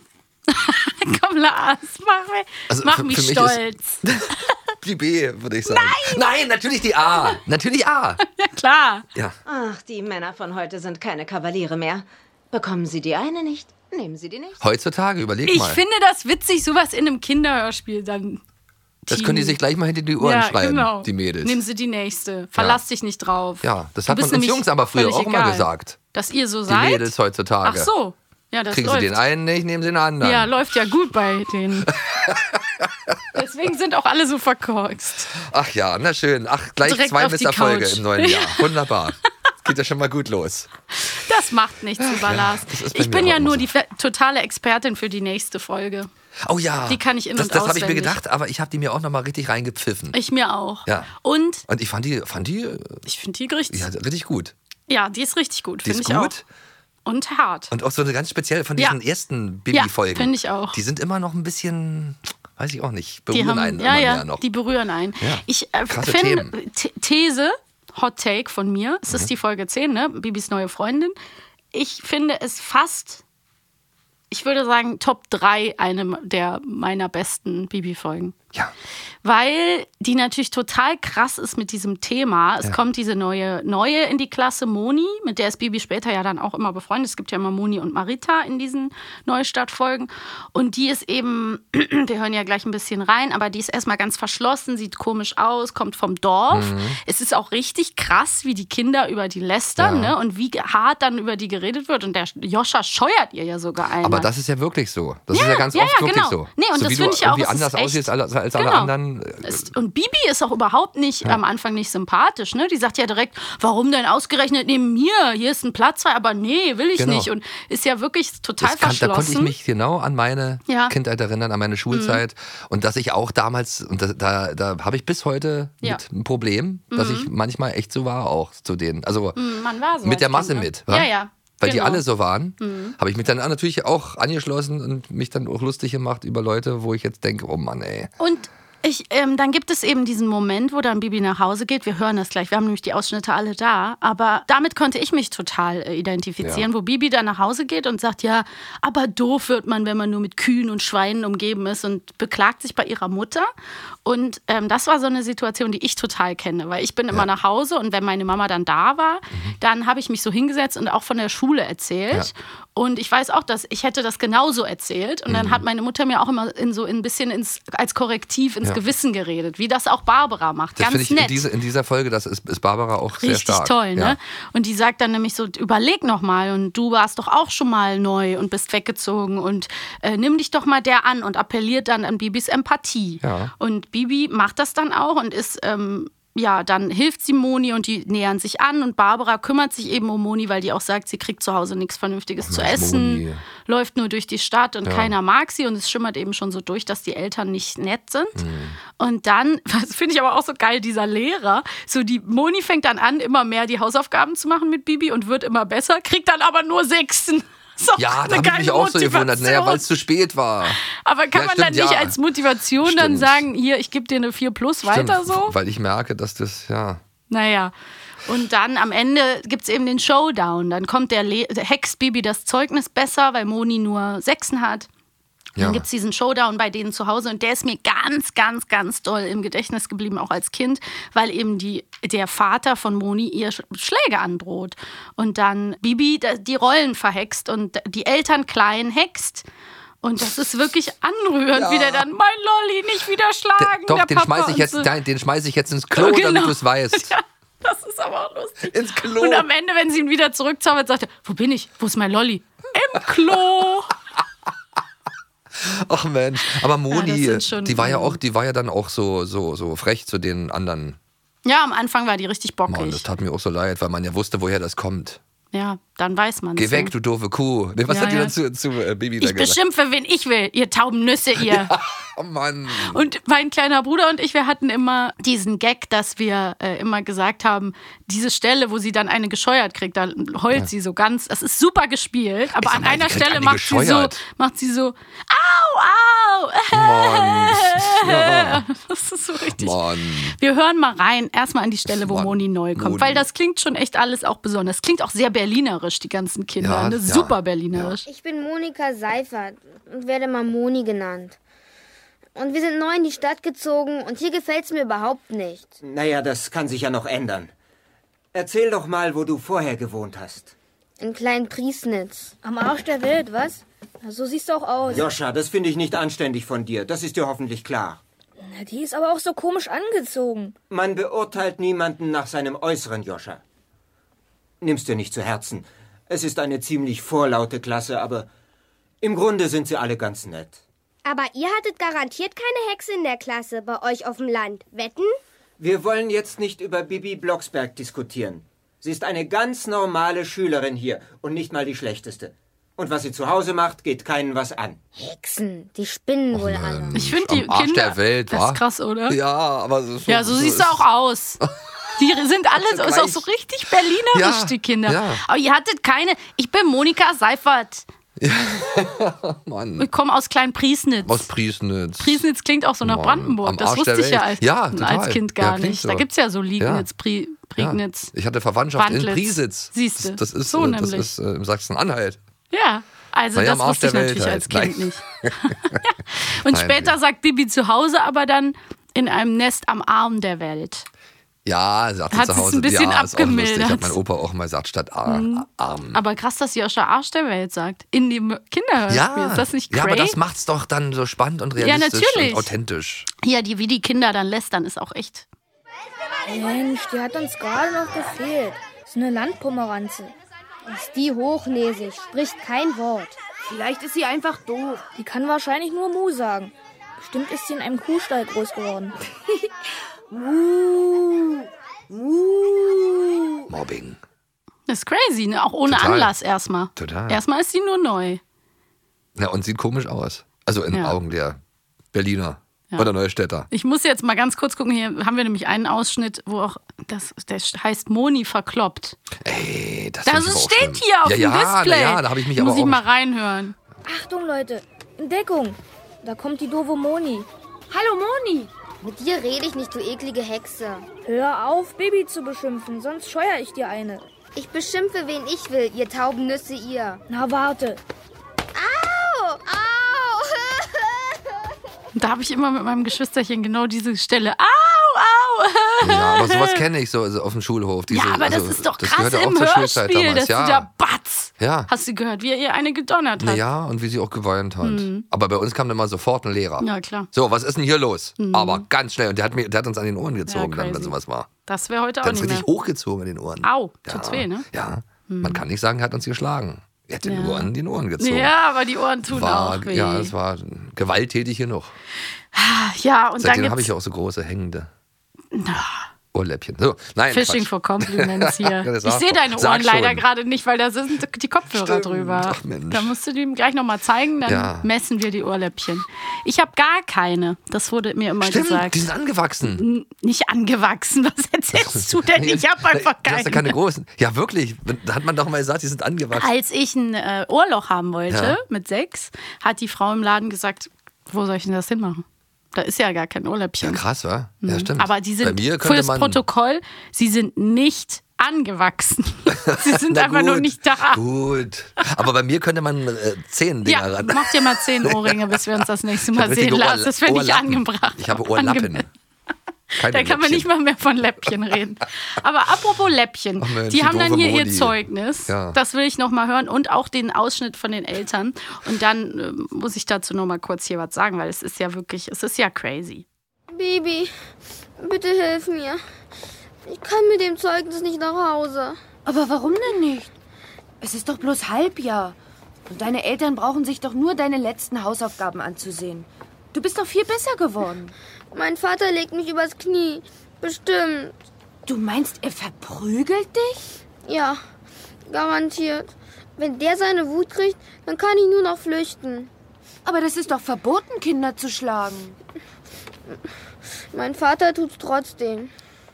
Speaker 5: Komm, Lars, mach mich,
Speaker 4: Also
Speaker 5: mach
Speaker 4: für-
Speaker 5: mich
Speaker 4: für mich ist-
Speaker 5: stolz.
Speaker 4: Die B, würde ich sagen. Nein! Nein, natürlich die A. Natürlich A.
Speaker 5: Ja, klar.
Speaker 4: Ja.
Speaker 10: Ach, die Männer von heute sind keine Kavaliere mehr. Bekommen Sie die eine nicht, nehmen Sie die nicht.
Speaker 4: Heutzutage, überleg
Speaker 5: Ich
Speaker 4: mal.
Speaker 5: finde das witzig, sowas in einem Kinderhörspiel dann.
Speaker 4: das können die sich gleich mal hinter die Ohren schreiben, die Mädels.
Speaker 5: genau. Nimm sie die nächste. Verlass dich nicht drauf.
Speaker 4: Ja, das
Speaker 5: Du
Speaker 4: hat
Speaker 5: bist
Speaker 4: man uns
Speaker 5: nämlich
Speaker 4: Jungs aber früher
Speaker 5: völlig
Speaker 4: auch immer
Speaker 5: egal.
Speaker 4: gesagt.
Speaker 5: Dass ihr so
Speaker 4: Die
Speaker 5: seid.
Speaker 4: Mädels heutzutage.
Speaker 5: Ach so. Ja, das
Speaker 4: Kriegen
Speaker 5: läuft.
Speaker 4: sie den einen nicht, nehmen sie den anderen.
Speaker 5: Ja, läuft ja gut bei denen. Deswegen sind auch alle so verkorkst.
Speaker 4: Ach ja, na schön. Ach, gleich
Speaker 5: Direkt
Speaker 4: zwei
Speaker 5: auf die
Speaker 4: Misserfolge
Speaker 5: Couch.
Speaker 4: im neuen Jahr. Wunderbar. Es geht ja schon mal gut los.
Speaker 5: Das macht nichts, lieber Lars.
Speaker 4: das ist bei
Speaker 5: Ich
Speaker 4: mir
Speaker 5: bin
Speaker 4: auch
Speaker 5: ja
Speaker 4: immer
Speaker 5: nur
Speaker 4: so.
Speaker 5: die fe- totale Expertin für die nächste Folge.
Speaker 4: Oh ja.
Speaker 5: Die kann ich in-
Speaker 4: Das,
Speaker 5: und
Speaker 4: das habe ich mir
Speaker 5: auswendig.
Speaker 4: gedacht, aber ich habe die mir auch nochmal richtig reingepfiffen.
Speaker 5: Ich mir auch.
Speaker 4: Ja.
Speaker 5: Und
Speaker 4: Und ich fand die, fand die äh,
Speaker 5: ich finde die richtig.
Speaker 4: ja,
Speaker 5: Ja.
Speaker 4: richtig gut.
Speaker 5: die ist richtig gut.
Speaker 4: Die
Speaker 5: Finde ich
Speaker 4: ist gut.
Speaker 5: auch. Und hart.
Speaker 4: Und auch so eine ganz spezielle von
Speaker 5: Ja.
Speaker 4: diesen ersten Bibi-Folgen.
Speaker 5: Ja, finde ich auch.
Speaker 4: Die sind immer noch ein bisschen, weiß ich auch nicht,
Speaker 5: die
Speaker 4: berühren
Speaker 5: haben,
Speaker 4: einen
Speaker 5: ja,
Speaker 4: immer
Speaker 5: ja,
Speaker 4: mehr noch.
Speaker 5: Die berühren einen.
Speaker 4: Ja,
Speaker 5: Ich äh,
Speaker 4: krasse
Speaker 5: finde,
Speaker 4: Themen. Mhm.
Speaker 5: The- These, Hot Take von mir, es ist die Folge 10, ne? Bibis neue Freundin. Ich finde es fast, ich würde sagen, Top 3 eine der meiner besten Bibi-Folgen.
Speaker 4: ja.
Speaker 5: Weil die natürlich total krass ist mit diesem Thema. Es kommt diese neue, neue in die Klasse, Moni, mit der ist Bibi später ja dann auch immer befreundet. Es gibt ja immer Moni und Marita in diesen Neustartfolgen. Und die ist eben, wir hören ja gleich ein bisschen rein, aber die ist erstmal ganz verschlossen, sieht komisch aus, kommt vom Dorf. Es ist auch richtig krass, wie die Kinder über die lästern ne? und wie hart dann über die geredet wird. Und der Joscha scheuert ihr ja sogar ein.
Speaker 4: Aber das ist ja wirklich so. Das ist ja ganz
Speaker 5: ja,
Speaker 4: oft
Speaker 5: ja,
Speaker 4: wirklich
Speaker 5: genau.
Speaker 4: so.
Speaker 5: Nee, und
Speaker 4: so
Speaker 5: das
Speaker 4: wie du
Speaker 5: finde ich auch,
Speaker 4: irgendwie
Speaker 5: es ist
Speaker 4: anders
Speaker 5: echt-
Speaker 4: aussiehst als, als alle
Speaker 5: Genau.
Speaker 4: anderen. äh,
Speaker 5: ist, und Bibi ist auch überhaupt nicht am Anfang nicht sympathisch. Ne? Die sagt ja direkt, warum denn ausgerechnet neben mir? Hier ist ein Platz frei, aber nee, will ich
Speaker 4: Genau.
Speaker 5: nicht. Und ist ja wirklich total
Speaker 4: Das kann, da konnte ich
Speaker 5: verschlossen.
Speaker 4: mich genau an meine
Speaker 5: Ja. Mhm.
Speaker 4: Kindheit erinnern, an meine Schulzeit. Und dass ich auch damals, und da, da, da habe ich bis heute
Speaker 5: Ja.
Speaker 4: mit ein Problem, dass ich manchmal echt so war auch zu denen. Also
Speaker 5: Hm, Man war Mhm. so
Speaker 4: mit
Speaker 5: als
Speaker 4: der
Speaker 5: Kind,
Speaker 4: Masse
Speaker 5: ne?
Speaker 4: mit. wa?
Speaker 5: Ja, ja.
Speaker 4: Weil die
Speaker 5: genau.
Speaker 4: alle so waren, habe ich mich dann natürlich auch angeschlossen und mich dann auch lustig gemacht über Leute, wo ich jetzt denke, oh Mann, ey.
Speaker 5: Und Ich, ähm, dann gibt es eben diesen Moment, wo dann Bibi nach Hause geht. Wir hören das gleich. Wir haben nämlich die Ausschnitte alle da. Aber damit konnte ich mich total äh, identifizieren,
Speaker 4: Ja.
Speaker 5: wo Bibi dann nach Hause geht und sagt, ja, aber doof wird man, wenn man nur mit Kühen und Schweinen umgeben ist und beklagt sich bei ihrer Mutter. Und ähm, das war so eine Situation, die ich total kenne, weil ich bin immer nach Hause und wenn meine Mama dann da war,
Speaker 4: Mhm.
Speaker 5: dann habe ich mich so hingesetzt und auch von der Schule erzählt. Und ich weiß auch, dass ich hätte das genauso erzählt. Und
Speaker 4: Mhm.
Speaker 5: dann hat meine Mutter mir auch immer in so ein bisschen ins, als Korrektiv ins
Speaker 4: Ja.
Speaker 5: Gewissen geredet, wie das auch Barbara macht.
Speaker 4: Das finde
Speaker 5: Ganz
Speaker 4: ich in,
Speaker 5: nett.
Speaker 4: diese, in dieser Folge, das ist, ist Barbara auch sehr
Speaker 5: Richtig
Speaker 4: stark.
Speaker 5: toll, ne?
Speaker 4: Ja.
Speaker 5: Und die sagt dann nämlich so, überleg noch mal und du warst doch auch schon mal neu und bist weggezogen und äh, nimm dich doch mal der an und appelliert dann an Bibis Empathie.
Speaker 4: Ja.
Speaker 5: Und Bibi macht das dann auch und ist ähm, ja, dann hilft sie Moni und die nähern sich an und Barbara kümmert sich eben um Moni, weil die auch sagt, sie kriegt zu Hause nichts Vernünftiges zu
Speaker 4: Mensch,
Speaker 5: essen,
Speaker 4: Moni.
Speaker 5: läuft nur durch die Stadt und keiner mag sie und es schimmert eben schon so durch, dass die Eltern nicht nett sind.
Speaker 4: Mhm.
Speaker 5: Und dann, was finde ich aber auch so geil, dieser Lehrer, so die Moni fängt dann an, immer mehr die Hausaufgaben zu machen mit Bibi und wird immer besser, kriegt dann aber nur Sechsen. So
Speaker 4: Ja, da habe ich mich auch so gewundert, naja, weil es zu spät war.
Speaker 5: aber kann
Speaker 4: Ja,
Speaker 5: man
Speaker 4: stimmt,
Speaker 5: dann nicht
Speaker 4: ja.
Speaker 5: als Motivation dann
Speaker 4: Stimmt.
Speaker 5: sagen, hier, ich gebe dir eine 4 plus weiter
Speaker 4: Stimmt,
Speaker 5: so?
Speaker 4: Weil ich merke, dass das, ja.
Speaker 5: Naja. Und dann am Ende gibt es eben den Showdown. Dann kommt der, Le der Hex-Bibi das Zeugnis besser, weil Moni nur Sechsen hat.
Speaker 4: Ja.
Speaker 5: Dann gibt es diesen Showdown bei denen zu Hause und der ist mir ganz, ganz, ganz doll im Gedächtnis geblieben, auch als Kind, weil eben die, der Vater von Moni ihr Sch- Schläge androht und dann Bibi da- die Rollen verhext und die Eltern klein hext. Und das ist wirklich anrührend, wie der dann, mein Lolli, nicht wieder schlagen.
Speaker 4: Doch,
Speaker 5: der
Speaker 4: den
Speaker 5: Papa
Speaker 4: schmeiße ich,
Speaker 5: und
Speaker 4: jetzt-
Speaker 5: so.
Speaker 4: nein, den schmeiß ich jetzt ins Klo, damit
Speaker 5: Genau.
Speaker 4: du es weißt.
Speaker 5: Ja, das ist aber auch lustig.
Speaker 4: Ins Klo.
Speaker 5: Und am Ende, wenn sie ihn wieder zurückzaubert, sagt er, wo bin ich? Wo ist mein Lolli? Im Klo.
Speaker 4: Ach Mensch. Aber Moni,
Speaker 5: sind schon-
Speaker 4: die war ja auch, die war ja dann auch so, so, so frech zu den anderen.
Speaker 5: ja, am Anfang war die richtig bockig.
Speaker 4: Mann, das tat mir auch so leid, weil man ja wusste, woher das kommt.
Speaker 5: ja, dann weiß man
Speaker 4: Geh weg, du doofe Kuh. Nee, was
Speaker 5: Ja,
Speaker 4: hat die
Speaker 5: ja.
Speaker 4: dann zu, zu äh, Baby da
Speaker 5: Ich
Speaker 4: gesagt?
Speaker 5: beschimpfe, wen ich will, ihr tauben Nüsse, ihr.
Speaker 4: Oh Mann.
Speaker 5: Und mein kleiner Bruder und ich, wir hatten immer diesen Gag, dass wir äh, immer gesagt haben, diese Stelle, wo sie dann eine gescheuert kriegt, da heult sie so ganz. Es ist super gespielt, aber
Speaker 4: sag
Speaker 5: an
Speaker 4: mal, die
Speaker 5: einer
Speaker 4: kriegt
Speaker 5: Stelle
Speaker 4: eine
Speaker 5: macht sie, so,
Speaker 4: gescheuert.
Speaker 5: macht sie so, au,
Speaker 4: Mann.
Speaker 5: au.
Speaker 4: Ja.
Speaker 5: Das ist so richtig.
Speaker 4: Mann.
Speaker 5: Wir hören mal rein, erstmal an die Stelle, wo
Speaker 4: Mann.
Speaker 5: Moni neu kommt,
Speaker 4: Moni.
Speaker 5: weil das klingt schon echt alles auch besonders. Das klingt auch sehr berlinerisch, die ganzen Kinder.
Speaker 4: Ja,
Speaker 5: ne?
Speaker 4: ja.
Speaker 5: Super berlinerisch.
Speaker 11: Ich bin Monika Seifert und werde mal Moni genannt. Und wir sind neu in die Stadt gezogen und hier gefällt's mir überhaupt nicht.
Speaker 12: Naja, das kann sich ja noch ändern. Erzähl doch mal, wo du vorher gewohnt hast.
Speaker 11: In Klein Priesnitz. Am Arsch der Welt, was? Na, So siehst du auch aus.
Speaker 12: Joscha, das finde ich nicht anständig von dir. Das ist dir hoffentlich klar.
Speaker 11: Na, die ist aber auch so komisch angezogen.
Speaker 12: Man beurteilt niemanden nach seinem Äußeren, Joscha. Nimm's dir nicht zu Herzen. Es ist eine ziemlich vorlaute Klasse, aber im Grunde sind sie alle ganz nett.
Speaker 13: Aber ihr hattet garantiert keine Hexe in der Klasse bei euch auf dem Land. Wetten?
Speaker 12: Wir wollen jetzt nicht über Bibi Blocksberg diskutieren. Sie ist eine ganz normale Schülerin hier und nicht mal die schlechteste. Und was sie zu Hause macht, geht keinen was an.
Speaker 11: Hexen, die spinnen wohl alle.
Speaker 5: Ich finde die
Speaker 4: Am Arsch
Speaker 5: Kinder.
Speaker 4: der Welt,
Speaker 5: das
Speaker 4: wa?
Speaker 5: ist krass, oder?
Speaker 4: Ja, aber so,
Speaker 5: ja, so, siehst du
Speaker 4: ist-
Speaker 5: auch aus. Die sind alle so, ist auch so richtig berlinerisch,
Speaker 4: Ja,
Speaker 5: die Kinder.
Speaker 4: ja.
Speaker 5: Aber ihr hattet keine. Ich bin Monika Seifert.
Speaker 4: Mann.
Speaker 5: Ich komme aus Klein-Priesnitz.
Speaker 4: Aus Priesnitz.
Speaker 5: Priesnitz klingt auch so nach
Speaker 4: Mann,
Speaker 5: Brandenburg.
Speaker 4: am
Speaker 5: Das
Speaker 4: Arsch der
Speaker 5: wusste ich ja
Speaker 4: Welt.
Speaker 5: als,
Speaker 4: Ja, total.
Speaker 5: als Kind gar
Speaker 4: Ja, klingt
Speaker 5: nicht.
Speaker 4: so.
Speaker 5: Da gibt es ja so Liegnitz,
Speaker 4: Ja.
Speaker 5: Pri, Prignitz.
Speaker 4: Ich hatte Verwandtschaft in
Speaker 5: Wandlitz.
Speaker 4: Priesitz.
Speaker 5: Siehste,
Speaker 4: Das ist,
Speaker 5: so
Speaker 4: äh, das
Speaker 5: nämlich.
Speaker 4: ist äh, im Sachsen-Anhalt.
Speaker 5: Ja. Also
Speaker 4: Na ja,
Speaker 5: das
Speaker 4: am Arsch
Speaker 5: wusste ich
Speaker 4: der Welt
Speaker 5: natürlich
Speaker 4: halt.
Speaker 5: als Kind
Speaker 4: Nein.
Speaker 5: nicht. Und
Speaker 4: Nein,
Speaker 5: später sagt Bibi zu Hause aber dann in einem Nest am Arm der Welt.
Speaker 4: Ja, sagt sie
Speaker 5: Hat
Speaker 4: zu
Speaker 5: sie's
Speaker 4: Hause.
Speaker 5: ein
Speaker 4: ja,
Speaker 5: bisschen
Speaker 4: ist auch lustig.
Speaker 5: abgemildert.
Speaker 4: Hat mein Opa auch mal gesagt, statt Ar
Speaker 5: Mhm.
Speaker 4: Arm.
Speaker 5: Aber krass, dass Joscha Arsch der Welt sagt. In dem Kinderhörspiel.
Speaker 4: Ja,
Speaker 5: Ist das nicht
Speaker 4: ja,
Speaker 5: crazy?
Speaker 4: aber das macht's doch dann so spannend und
Speaker 5: Ja,
Speaker 4: realistisch
Speaker 5: natürlich.
Speaker 4: und authentisch.
Speaker 5: ja, die, wie die Kinder dann lästern, ist auch echt.
Speaker 11: Mensch, die hat uns gerade noch gefehlt. So eine Landpomeranze. Ist die hochnäsig, spricht kein Wort. Vielleicht ist sie einfach doof. Die kann wahrscheinlich nur Mu sagen. Bestimmt ist sie in einem Kuhstall groß geworden. Mu. Mu.
Speaker 4: Mobbing.
Speaker 5: Das ist crazy, ne? Auch ohne
Speaker 4: Total.
Speaker 5: Anlass erstmal.
Speaker 4: Total.
Speaker 5: Erstmal ist sie nur neu.
Speaker 4: Ja, und sieht komisch aus. Also in den
Speaker 5: Ja.
Speaker 4: Augen der Berliner
Speaker 5: Ja.
Speaker 4: oder Neustädter.
Speaker 5: Ich muss jetzt mal ganz kurz gucken, hier haben wir nämlich einen Ausschnitt, wo auch, das, der heißt Moni verkloppt.
Speaker 4: Ey, das,
Speaker 5: Das,
Speaker 4: finde ich aber auch
Speaker 5: steht
Speaker 4: schlimm.
Speaker 5: hier auf
Speaker 4: ja,
Speaker 5: dem
Speaker 4: ja, na
Speaker 5: Display.
Speaker 4: Ja, da habe ich mich
Speaker 5: Muss
Speaker 4: aber
Speaker 5: ich
Speaker 4: auch.
Speaker 5: mal reinhören.
Speaker 11: Achtung, Leute. In Deckung. Da kommt die doofe Moni. Hallo, Moni.
Speaker 13: Mit dir rede ich nicht, du eklige Hexe.
Speaker 11: Hör auf, Baby zu beschimpfen, sonst scheuer ich dir eine.
Speaker 13: Ich beschimpfe, wen ich will, ihr Taubennüsse, ihr.
Speaker 11: Na, warte.
Speaker 13: Au! Au!
Speaker 5: Und da habe ich immer mit meinem Geschwisterchen genau diese Stelle. Au, au.
Speaker 4: Ja, aber sowas kenne ich so also auf dem Schulhof. Diese,
Speaker 5: ja, aber
Speaker 4: also,
Speaker 5: das ist doch
Speaker 4: das
Speaker 5: krass
Speaker 4: gehörte auch
Speaker 5: im
Speaker 4: zur Schulzeit
Speaker 5: Hörspiel,
Speaker 4: damals.
Speaker 5: dass
Speaker 4: Ja.
Speaker 5: sie da batz.
Speaker 4: Ja.
Speaker 5: Hast du gehört, wie er ihr eine gedonnert hat?
Speaker 4: Naja, und wie sie auch geweint hat.
Speaker 5: Mhm.
Speaker 4: Aber bei uns kam dann mal sofort ein Lehrer.
Speaker 5: Ja, klar.
Speaker 4: So, was ist denn hier los?
Speaker 5: Mhm.
Speaker 4: Aber ganz schnell. Und der hat, mir, der hat uns an den Ohren gezogen, dann, wenn
Speaker 5: crazy.
Speaker 4: sowas war.
Speaker 5: Das wäre heute
Speaker 4: Der
Speaker 5: auch
Speaker 4: hat uns
Speaker 5: nicht mehr.
Speaker 4: richtig hochgezogen in den Ohren.
Speaker 5: Au, tut's weh, ne?
Speaker 4: Ja, man kann nicht sagen, er hat uns geschlagen. Er hat den
Speaker 5: Ja.
Speaker 4: Ohren, den Ohren gezogen.
Speaker 5: Ja, aber die Ohren tun
Speaker 4: war,
Speaker 5: auch weh.
Speaker 4: Ja, es war gewalttätig genug.
Speaker 5: Ja, und dann
Speaker 4: Seitdem habe
Speaker 5: gibt's
Speaker 4: ich auch so große hängende Ohrläppchen. So, nein,
Speaker 5: Fishing
Speaker 4: Quatsch.
Speaker 5: for Compliments hier.
Speaker 4: Ja, das
Speaker 5: ich
Speaker 4: sag
Speaker 5: sehe
Speaker 4: doch.
Speaker 5: deine
Speaker 4: Sag
Speaker 5: Ohren leider
Speaker 4: schon.
Speaker 5: gerade nicht, weil da sind die Kopfhörer drüber.
Speaker 4: Ach, Mensch.
Speaker 5: Da musst du die ihm gleich nochmal zeigen, dann
Speaker 4: Ja.
Speaker 5: messen wir die Ohrläppchen. Ich habe gar keine. Das wurde mir immer
Speaker 4: Stimmt,
Speaker 5: gesagt.
Speaker 4: die sind angewachsen.
Speaker 5: N- nicht angewachsen. Was erzählst du denn? Ich habe einfach
Speaker 4: Du
Speaker 5: keine.
Speaker 4: hast ja keine großen. Ja, wirklich. Da hat man doch mal gesagt, die sind angewachsen.
Speaker 5: Als ich ein äh, Ohrloch haben wollte,
Speaker 4: Ja.
Speaker 5: mit sechs, hat die Frau im Laden gesagt, wo soll ich denn das hinmachen? Da ist ja gar kein Ohrläppchen.
Speaker 4: Ja, krass, wa? Ja, stimmt.
Speaker 5: Mhm. Aber die
Speaker 4: Bei
Speaker 5: sind
Speaker 4: mir könnte
Speaker 5: fürs
Speaker 4: man,
Speaker 5: Protokoll, sie sind nicht angewachsen. sie sind
Speaker 4: Na
Speaker 5: einfach
Speaker 4: gut,
Speaker 5: nur nicht da.
Speaker 4: Gut. Aber bei mir könnte man äh, zehn Dinger
Speaker 5: Ja,
Speaker 4: ran.
Speaker 5: mach dir mal zehn Ohrringe, bis wir uns das nächste Mal
Speaker 4: Richtige
Speaker 5: sehen, Lars.
Speaker 4: Ohrla-
Speaker 5: Das finde ich
Speaker 4: Ohrlappen.
Speaker 5: angebracht.
Speaker 4: Ich habe Ohrlappen. Keine
Speaker 5: Da kann man
Speaker 4: Läppchen.
Speaker 5: nicht mal mehr von Läppchen reden. Aber apropos Läppchen,
Speaker 4: Ach Mensch,
Speaker 5: die
Speaker 4: die
Speaker 5: haben dann
Speaker 4: doofe
Speaker 5: hier ihr
Speaker 4: Modi.
Speaker 5: Zeugnis.
Speaker 4: Ja.
Speaker 5: Das will ich nochmal hören und auch den Ausschnitt von den Eltern. Und dann äh, muss ich dazu nochmal kurz hier was sagen, weil es ist ja wirklich, es ist ja crazy.
Speaker 13: Baby, bitte hilf mir. Ich kann mit dem Zeugnis nicht nach Hause.
Speaker 14: Aber warum denn nicht? Es ist doch bloß Halbjahr. Und deine Eltern brauchen sich doch nur deine letzten Hausaufgaben anzusehen. Du bist doch viel besser geworden.
Speaker 13: Mein Vater legt mich übers Knie. Bestimmt.
Speaker 14: Du meinst, er verprügelt dich?
Speaker 13: Ja, garantiert. Wenn der seine Wut kriegt, dann kann ich nur noch flüchten.
Speaker 14: Aber das ist doch verboten, Kinder zu schlagen.
Speaker 13: Mein Vater tut's trotzdem.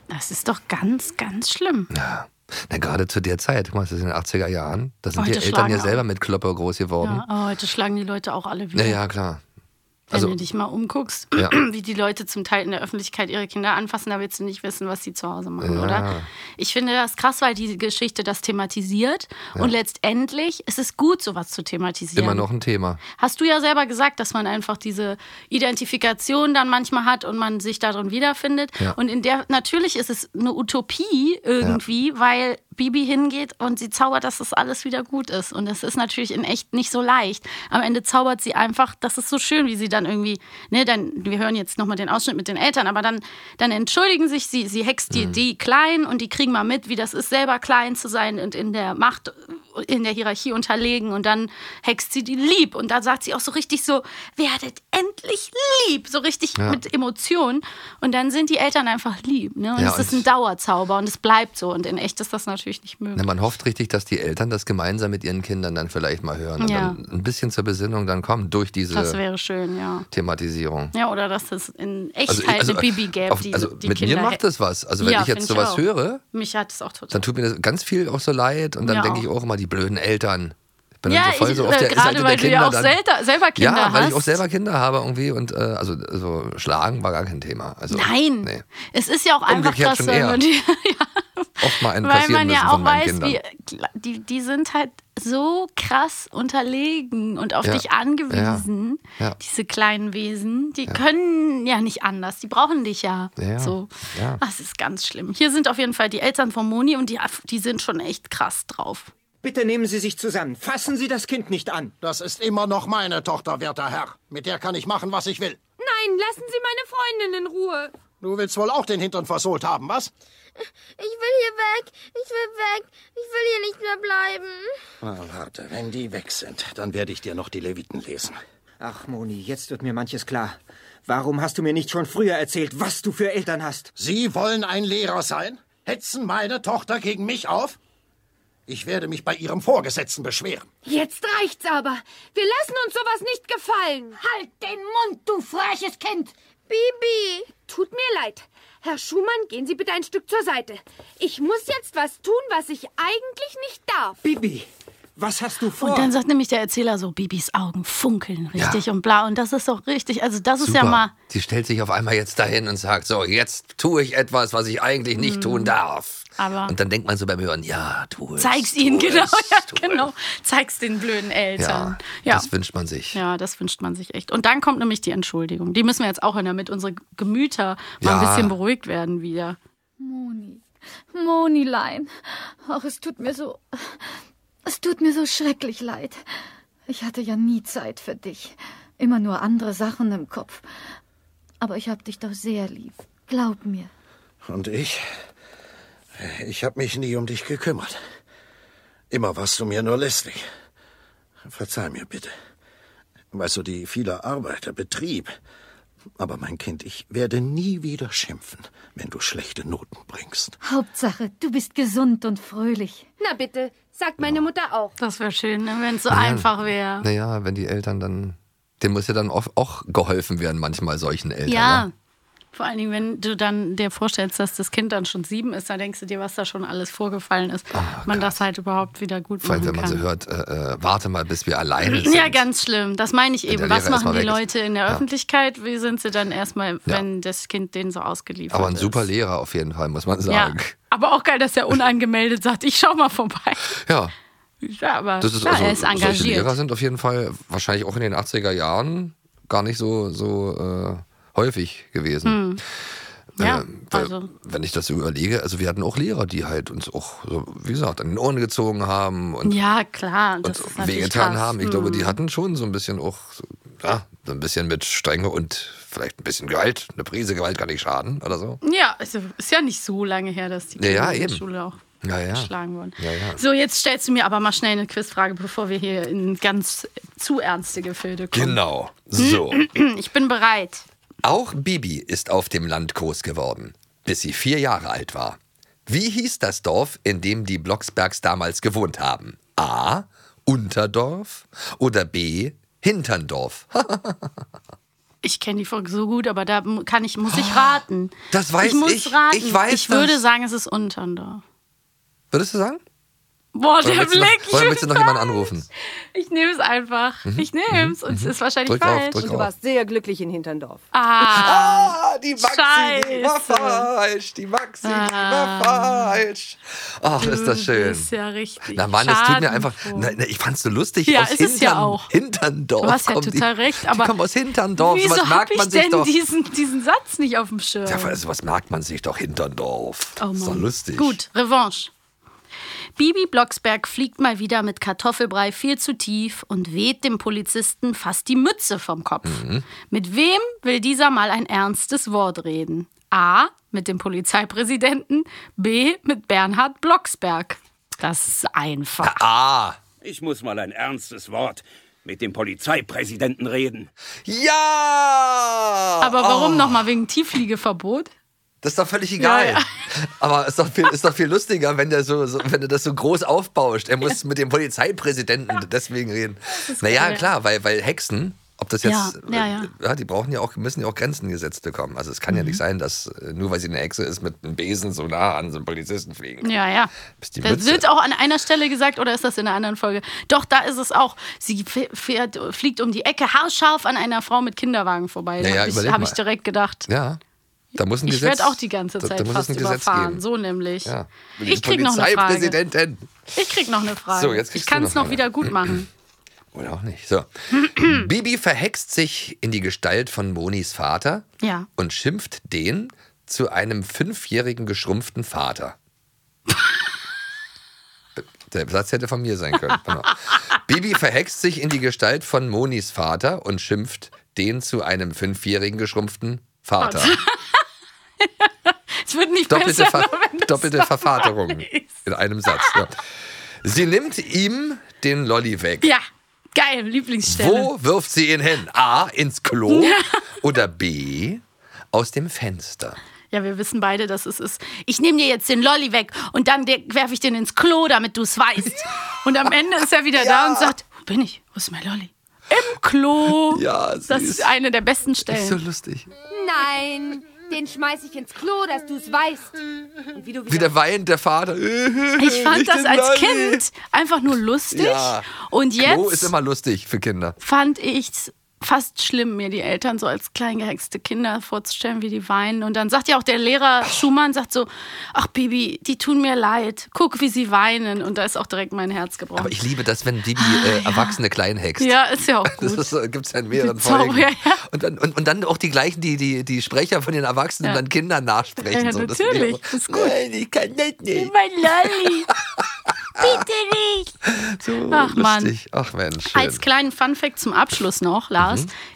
Speaker 5: Das ist doch ganz, ganz schlimm.
Speaker 4: Na, gerade zu der Zeit, guck mal, das ist in den 80er Jahren. Da sind
Speaker 5: Heute
Speaker 4: die Eltern
Speaker 5: schlagen
Speaker 4: ja
Speaker 5: auch-
Speaker 4: selber mit Klopper groß geworden.
Speaker 5: Ja, aber heute schlagen die Leute auch alle wieder.
Speaker 4: Ja, ja, klar.
Speaker 5: Wenn
Speaker 4: Also-
Speaker 5: du dich mal umguckst,
Speaker 4: Ja.
Speaker 5: wie die Leute zum Teil in der Öffentlichkeit ihre Kinder anfassen, da willst du nicht wissen, was sie zu Hause machen,
Speaker 4: Ja.
Speaker 5: oder? Ich finde das krass, weil die Geschichte das thematisiert. Und letztendlich ist es gut, sowas zu thematisieren.
Speaker 4: Immer noch ein Thema.
Speaker 5: Hast du ja selber gesagt, dass man einfach diese Identifikation dann manchmal hat und man sich darin wiederfindet.
Speaker 4: Ja.
Speaker 5: Und in der, natürlich ist es eine Utopie irgendwie, weil Bibi hingeht und sie zaubert, dass das alles wieder gut ist. Und das ist natürlich in echt nicht so leicht. Am Ende zaubert sie einfach, das ist so schön, wie sie dann irgendwie, ne, dann, wir hören jetzt nochmal den Ausschnitt mit den Eltern, aber dann, dann entschuldigen sich sie, sie hext die, die Kleinen und die kriegen mal mit, wie das ist, selber klein zu sein und in der Macht in der Hierarchie unterlegen und dann hext sie die lieb und da sagt sie auch so richtig so, werdet endlich lieb, so richtig
Speaker 4: Ja.
Speaker 5: mit Emotionen und dann sind die Eltern einfach lieb. Ne? Und
Speaker 4: Ja,
Speaker 5: es ist
Speaker 4: und-
Speaker 5: ein Dauerzauber und es bleibt so und in echt ist das natürlich nicht möglich.
Speaker 4: Na, man hofft richtig, dass die Eltern das gemeinsam mit ihren Kindern dann vielleicht mal hören
Speaker 5: Ja.
Speaker 4: und dann ein bisschen zur Besinnung dann kommen durch
Speaker 5: das
Speaker 4: diese
Speaker 5: wäre schön, ja.
Speaker 4: Thematisierung.
Speaker 5: Ja, oder dass es in echt
Speaker 4: Also ich-
Speaker 5: halt
Speaker 4: also,
Speaker 5: eine Bibi gäbe,
Speaker 4: auf-
Speaker 5: die,
Speaker 4: also
Speaker 5: die
Speaker 4: mit mir
Speaker 5: Kinder
Speaker 4: macht das was. Also wenn ich jetzt
Speaker 5: find
Speaker 4: sowas
Speaker 5: auch.
Speaker 4: höre,
Speaker 5: Mich hat es auch total.
Speaker 4: Dann tut mir das ganz viel auch so leid und dann
Speaker 5: Ja,
Speaker 4: denke
Speaker 5: auch.
Speaker 4: ich auch immer, die blöden Eltern. Ich bin
Speaker 5: Ja,
Speaker 4: dann so voll
Speaker 5: ich-
Speaker 4: so auf
Speaker 5: äh,
Speaker 4: der
Speaker 5: gerade
Speaker 4: Seite der
Speaker 5: weil du ja
Speaker 4: Kinder
Speaker 5: auch
Speaker 4: dann.
Speaker 5: selber- selber Kinder
Speaker 4: Ja, weil ich auch
Speaker 5: hast.
Speaker 4: selber Kinder habe irgendwie und äh, also so schlagen war gar kein Thema. Also
Speaker 5: Nein,
Speaker 4: Nee.
Speaker 5: es ist ja auch einfach äh,
Speaker 4: Umgekehrt
Speaker 5: krass,
Speaker 4: schon
Speaker 5: wenn
Speaker 4: eher.
Speaker 5: man die,
Speaker 4: Oft mal einen
Speaker 5: Weil
Speaker 4: kassieren
Speaker 5: man
Speaker 4: müssen
Speaker 5: ja
Speaker 4: von
Speaker 5: auch
Speaker 4: meinen
Speaker 5: weiß,
Speaker 4: Kindern.
Speaker 5: wie, die, die sind halt so krass unterlegen und auf
Speaker 4: Ja.
Speaker 5: dich angewiesen,
Speaker 4: Ja. Ja.
Speaker 5: diese kleinen Wesen. Die können ja nicht anders, die brauchen dich ja.
Speaker 4: Ja.
Speaker 5: So.
Speaker 4: Ja.
Speaker 5: Das ist ganz schlimm. Hier sind auf jeden Fall die Eltern von Moni und die, die sind schon echt krass drauf.
Speaker 12: Bitte nehmen Sie sich zusammen. Fassen Sie das Kind nicht an.
Speaker 15: Das ist immer noch meine Tochter, werter Herr. Mit der kann ich machen, was ich will.
Speaker 14: Nein, lassen Sie meine Freundin in Ruhe.
Speaker 15: Du willst wohl auch den Hintern versohlt haben, was?
Speaker 13: Ich will hier weg. Ich will weg. Ich will hier nicht mehr bleiben.
Speaker 15: Ah,
Speaker 2: Na, warte, wenn die weg sind, dann werde ich dir noch die Leviten lesen.
Speaker 12: Ach, Moni, jetzt wird mir manches klar. Warum hast du mir nicht schon früher erzählt, was du für Eltern hast?
Speaker 15: Sie wollen ein Lehrer sein? Hetzen meine Tochter gegen mich auf? Ich werde mich bei ihrem Vorgesetzten beschweren.
Speaker 14: Jetzt reicht's aber. Wir lassen uns sowas nicht gefallen. Halt den Mund, du freches Kind.
Speaker 13: Bibi.
Speaker 14: Tut mir leid. Herr Schumann, gehen Sie bitte ein Stück zur Seite. Ich muss jetzt was tun, was ich eigentlich nicht darf.
Speaker 12: Bibi, Was hast du
Speaker 4: Oh.
Speaker 12: vor?
Speaker 5: Und dann sagt nämlich der Erzähler so, Bibis Augen funkeln richtig und bla. Und das ist doch richtig. Also das ist ja
Speaker 4: Super.
Speaker 5: mal,
Speaker 4: Die stellt sich auf einmal jetzt dahin und sagt, so, jetzt tue ich etwas, was ich eigentlich nicht
Speaker 5: Mm.
Speaker 4: tun darf.
Speaker 5: aber
Speaker 4: Und dann denkt man so beim Hören, ja, tu es.
Speaker 5: zeig's ihnen, genau. ja, genau. Zeig's den blöden Eltern. Ja,
Speaker 4: Das wünscht man sich.
Speaker 5: Ja, das wünscht man sich echt. Und dann kommt nämlich die Entschuldigung. Die müssen wir jetzt auch hören, damit unsere Gemüter mal
Speaker 4: Ja.
Speaker 5: ein bisschen beruhigt werden wieder.
Speaker 16: Moni. Monilein. Ach, es tut mir so. Es tut mir so schrecklich leid. Ich hatte ja nie Zeit für dich. Immer nur andere Sachen im Kopf. Aber ich hab dich doch sehr lieb. Glaub mir.
Speaker 15: Und ich? Ich habe mich nie um dich gekümmert. Immer warst du mir nur lästig. Verzeih mir bitte. Weißt du, die viele Arbeit, der Betrieb. Aber mein Kind, ich werde nie wieder schimpfen, wenn du schlechte Noten bringst.
Speaker 16: Hauptsache, du bist gesund und fröhlich.
Speaker 14: Na bitte, sagt meine Mutter auch.
Speaker 5: Das wäre schön, wenn es so
Speaker 4: Ja.
Speaker 5: einfach wäre.
Speaker 4: Naja, wenn die Eltern dann. Dem muss ja dann oft auch geholfen werden, manchmal solchen Eltern.
Speaker 5: Ja.
Speaker 4: ne?
Speaker 5: Vor allen Dingen, wenn du dann dir vorstellst, dass das Kind dann schon sieben ist, dann denkst du dir, was da schon alles vorgefallen ist. man das halt überhaupt wieder gut
Speaker 4: Ah, Vor allem,
Speaker 5: machen
Speaker 4: wenn man
Speaker 5: kann.
Speaker 4: so hört, äh, äh, warte mal, bis wir alleine sind.
Speaker 5: ja, ganz schlimm. Das meine ich
Speaker 4: Wenn
Speaker 5: eben.
Speaker 4: der
Speaker 5: Was
Speaker 4: Lehrer
Speaker 5: machen
Speaker 4: erstmal
Speaker 5: die
Speaker 4: weg
Speaker 5: Leute in der
Speaker 4: Ja.
Speaker 5: Öffentlichkeit? Wie sind sie dann erstmal,
Speaker 4: Ja.
Speaker 5: wenn das Kind denen so ausgeliefert
Speaker 4: Aber ein
Speaker 5: ist?
Speaker 4: super Lehrer auf jeden Fall, muss man
Speaker 5: ja.
Speaker 4: sagen.
Speaker 5: Aber auch geil, dass er unangemeldet sagt, ich schau mal vorbei.
Speaker 4: Ja.
Speaker 5: Ja, aber
Speaker 4: Das ist
Speaker 5: ja,
Speaker 4: also,
Speaker 5: er ist
Speaker 4: solche
Speaker 5: engagiert.
Speaker 4: Lehrer sind auf jeden Fall wahrscheinlich auch in den 80er Jahren gar nicht so, so äh, häufig gewesen.
Speaker 5: Hm. Ja,
Speaker 4: Ähm, weil,
Speaker 5: also
Speaker 4: Wenn ich das so überlege, also wir hatten auch Lehrer, die halt uns auch, so, wie gesagt, an den Ohren gezogen haben und
Speaker 5: ja, klar. Das ist natürlich
Speaker 4: wehgetan
Speaker 5: krass.
Speaker 4: haben. Ich glaube, die
Speaker 5: Hm.
Speaker 4: hatten schon so ein bisschen auch, so, ja, so ein bisschen mit Strenge und vielleicht ein bisschen Gewalt. Eine Prise Gewalt kann nicht schaden oder so.
Speaker 5: Ja, also ist ja nicht so lange her, dass die
Speaker 4: Ja, ja,
Speaker 5: Kinder in der
Speaker 4: eben.
Speaker 5: Schule auch
Speaker 4: Ja, ja.
Speaker 5: geschlagen wurden.
Speaker 4: Ja, ja.
Speaker 5: So, jetzt stellst du mir aber mal schnell eine Quizfrage, bevor wir hier in ganz zu ernste Gefilde kommen.
Speaker 4: Genau. So.
Speaker 5: Ich bin bereit.
Speaker 4: Auch Bibi ist auf dem Land groß geworden, bis sie vier Jahre alt war. Wie hieß das Dorf, in dem die Blocksbergs damals gewohnt haben? A. Unterdorf oder B. Hinterndorf?
Speaker 5: Ich kenne die Folge so gut, aber da mu- kann ich, muss ich raten.
Speaker 4: Oh, Das weiß
Speaker 5: ich. Muss
Speaker 4: ich.
Speaker 5: raten.
Speaker 4: Ich weiß
Speaker 5: ich würde
Speaker 4: das.
Speaker 5: sagen, es ist Unterndorf.
Speaker 4: Würdest du sagen?
Speaker 5: Boah,
Speaker 4: Oder
Speaker 5: der
Speaker 4: möchtest du
Speaker 5: Blick.
Speaker 4: Noch, oder
Speaker 5: ich
Speaker 4: möchtest du noch jemanden anrufen?
Speaker 5: ich nehme es einfach.
Speaker 4: Mhm,
Speaker 5: Ich nehme es. Und es ist wahrscheinlich
Speaker 4: Drück auf,
Speaker 5: falsch.
Speaker 4: drück
Speaker 17: Und du
Speaker 4: auf.
Speaker 17: warst sehr glücklich in Hinterndorf.
Speaker 5: Ah,
Speaker 4: die Maxi, die war
Speaker 5: Scheiße.
Speaker 4: falsch. Die Maxi, die war
Speaker 5: Ah.
Speaker 4: falsch. Ach, ist das schön.
Speaker 5: Das Mhm, ist ja richtig.
Speaker 4: Na Mann, das tut mir einfach.
Speaker 5: Schadenfroh.
Speaker 4: Na, na, ich fand's so lustig.
Speaker 5: Ja,
Speaker 4: aus
Speaker 5: es ist ja
Speaker 4: Hintern-
Speaker 5: auch.
Speaker 4: Hinterndorf.
Speaker 5: Du hast ja
Speaker 4: kommen die.
Speaker 5: total recht, aber
Speaker 4: Die kommen aus Hinterndorf.
Speaker 5: Wieso
Speaker 4: Sowas
Speaker 5: hab
Speaker 4: merkt man
Speaker 5: ich
Speaker 4: sich
Speaker 5: denn
Speaker 4: doch.
Speaker 5: Diesen, diesen Satz nicht auf dem Schirm?
Speaker 4: Ja, also was merkt man sich doch Hinterndorf.
Speaker 5: Oh
Speaker 4: ist doch
Speaker 5: Mann.
Speaker 4: lustig.
Speaker 5: Gut, Revanche. Bibi Blocksberg fliegt mal wieder mit Kartoffelbrei viel zu tief und weht dem Polizisten fast die Mütze vom Kopf.
Speaker 4: Mhm.
Speaker 5: Mit wem will dieser mal ein ernstes Wort reden? A. Mit dem Polizeipräsidenten. B. Mit Bernhard Blocksberg. Das ist einfach.
Speaker 4: Ah.
Speaker 18: Ich muss mal ein ernstes Wort mit dem Polizeipräsidenten reden.
Speaker 4: Ja!
Speaker 5: Aber warum
Speaker 4: Oh.
Speaker 5: nochmal wegen Tieffliegeverbot?
Speaker 4: Das ist doch völlig egal.
Speaker 5: Ja, ja.
Speaker 4: Aber ist doch viel, ist doch viel lustiger, wenn der so, so, wenn du das so groß aufbauscht. Er muss mit dem Polizeipräsidenten deswegen reden.
Speaker 5: ist
Speaker 4: Naja,
Speaker 5: cool.
Speaker 4: klar, weil, weil Hexen, ob das
Speaker 5: Ja,
Speaker 4: jetzt,
Speaker 5: ja, Mhm. ja.
Speaker 4: äh, die brauchen ja auch, müssen ja auch Grenzen gesetzt bekommen. Also es kann ja nicht sein, dass äh, nur weil sie eine Hexe ist, mit einem Besen so nah an so einen Polizisten fliegen.
Speaker 5: Ja, ja.
Speaker 4: Bis die
Speaker 5: Das
Speaker 4: Mütze.
Speaker 5: wird auch an einer Stelle gesagt oder ist das in einer anderen Folge? Doch, da ist es auch. Sie f- fährt, fliegt um die Ecke haarscharf an einer Frau mit Kinderwagen vorbei.
Speaker 4: Naja,
Speaker 5: habe ich,
Speaker 4: überleg
Speaker 5: hab
Speaker 4: mal.
Speaker 5: ich direkt gedacht.
Speaker 4: Ja, da muss ein
Speaker 5: Ich
Speaker 4: Gesetz.
Speaker 5: werde auch die ganze Zeit fast überfahren. So nämlich.
Speaker 4: Ja.
Speaker 5: Ich krieg noch eine Frage.
Speaker 4: Polizeipräsidenten.
Speaker 5: Ich krieg noch eine Frage.
Speaker 4: So, jetzt
Speaker 5: ich
Speaker 4: kriegst
Speaker 5: kann
Speaker 4: du
Speaker 5: es
Speaker 4: noch
Speaker 5: noch,
Speaker 4: eine.
Speaker 5: wieder gut machen.
Speaker 4: Oder auch nicht. So. Bibi verhext sich in die Gestalt von Monis Vater
Speaker 5: Ja.
Speaker 4: und schimpft den zu einem fünfjährigen geschrumpften Vater. Der Satz hätte von mir sein können. Genau. Bibi verhext sich in die Gestalt von Monis Vater und schimpft den zu einem fünfjährigen geschrumpften Vater.
Speaker 5: Es wird nicht
Speaker 4: Doppelte,
Speaker 5: besser,
Speaker 4: Ver
Speaker 5: nur wenn du's
Speaker 4: doppelte
Speaker 5: noch
Speaker 4: Vervaterung
Speaker 5: weißt.
Speaker 4: in einem Satz. Ja. Sie nimmt ihm den Lolli weg.
Speaker 5: Ja, geil, Lieblingsstelle.
Speaker 4: Wo wirft sie ihn hin? A. Ins Klo oder B. Aus dem Fenster.
Speaker 5: Ja, wir wissen beide, dass es ist. Ich nehme dir jetzt den Lolli weg und dann werfe ich den ins Klo, damit du es weißt. Und am Ende ist er wieder da und sagt, wo bin ich? Wo ist mein Lolli? Im Klo.
Speaker 4: Ja,
Speaker 5: das
Speaker 4: süß.
Speaker 5: ist eine der besten Stellen.
Speaker 4: Ist so lustig.
Speaker 14: Nein,
Speaker 17: den schmeiß ich ins Klo, dass du's weißt. Und wie du
Speaker 4: Wieder weint der Vater.
Speaker 5: Ich fand das
Speaker 4: den
Speaker 5: als
Speaker 4: Lalli.
Speaker 5: Kind einfach nur lustig.
Speaker 4: Ja.
Speaker 5: Und
Speaker 4: Klo
Speaker 5: jetzt
Speaker 4: ist immer lustig für Kinder.
Speaker 5: fand ich es fast schlimm, mir die Eltern so als kleingehexte Kinder vorzustellen, wie die weinen. Und dann sagt ja auch der Lehrer Schumann, sagt so, ach Bibi, die tun mir leid. Guck, wie sie weinen. Und da ist auch direkt mein Herz gebrochen.
Speaker 4: Aber ich liebe das, wenn Bibi äh, Erwachsene klein hext.
Speaker 5: Ah, ja, ist ja auch gut.
Speaker 4: Das ist, gibt's ja in mehreren
Speaker 5: Zauber-
Speaker 4: Folgen.
Speaker 5: ja,
Speaker 4: Und, dann, und, und dann auch die gleichen, die, die, die Sprecher von den Erwachsenen
Speaker 5: Ja.
Speaker 4: dann Kindern nachsprechen.
Speaker 5: Ja,
Speaker 4: so. Das
Speaker 5: natürlich.
Speaker 4: finde ich auch-
Speaker 5: Das ist gut.
Speaker 4: Nein, ich kann das nicht.
Speaker 5: Mein Lolli. Bitte nicht.
Speaker 4: So
Speaker 5: Ach, Mann.
Speaker 4: lustig. Ach Mensch. schön. Mhm.
Speaker 5: Als kleinen Funfact zum Abschluss noch, Lars.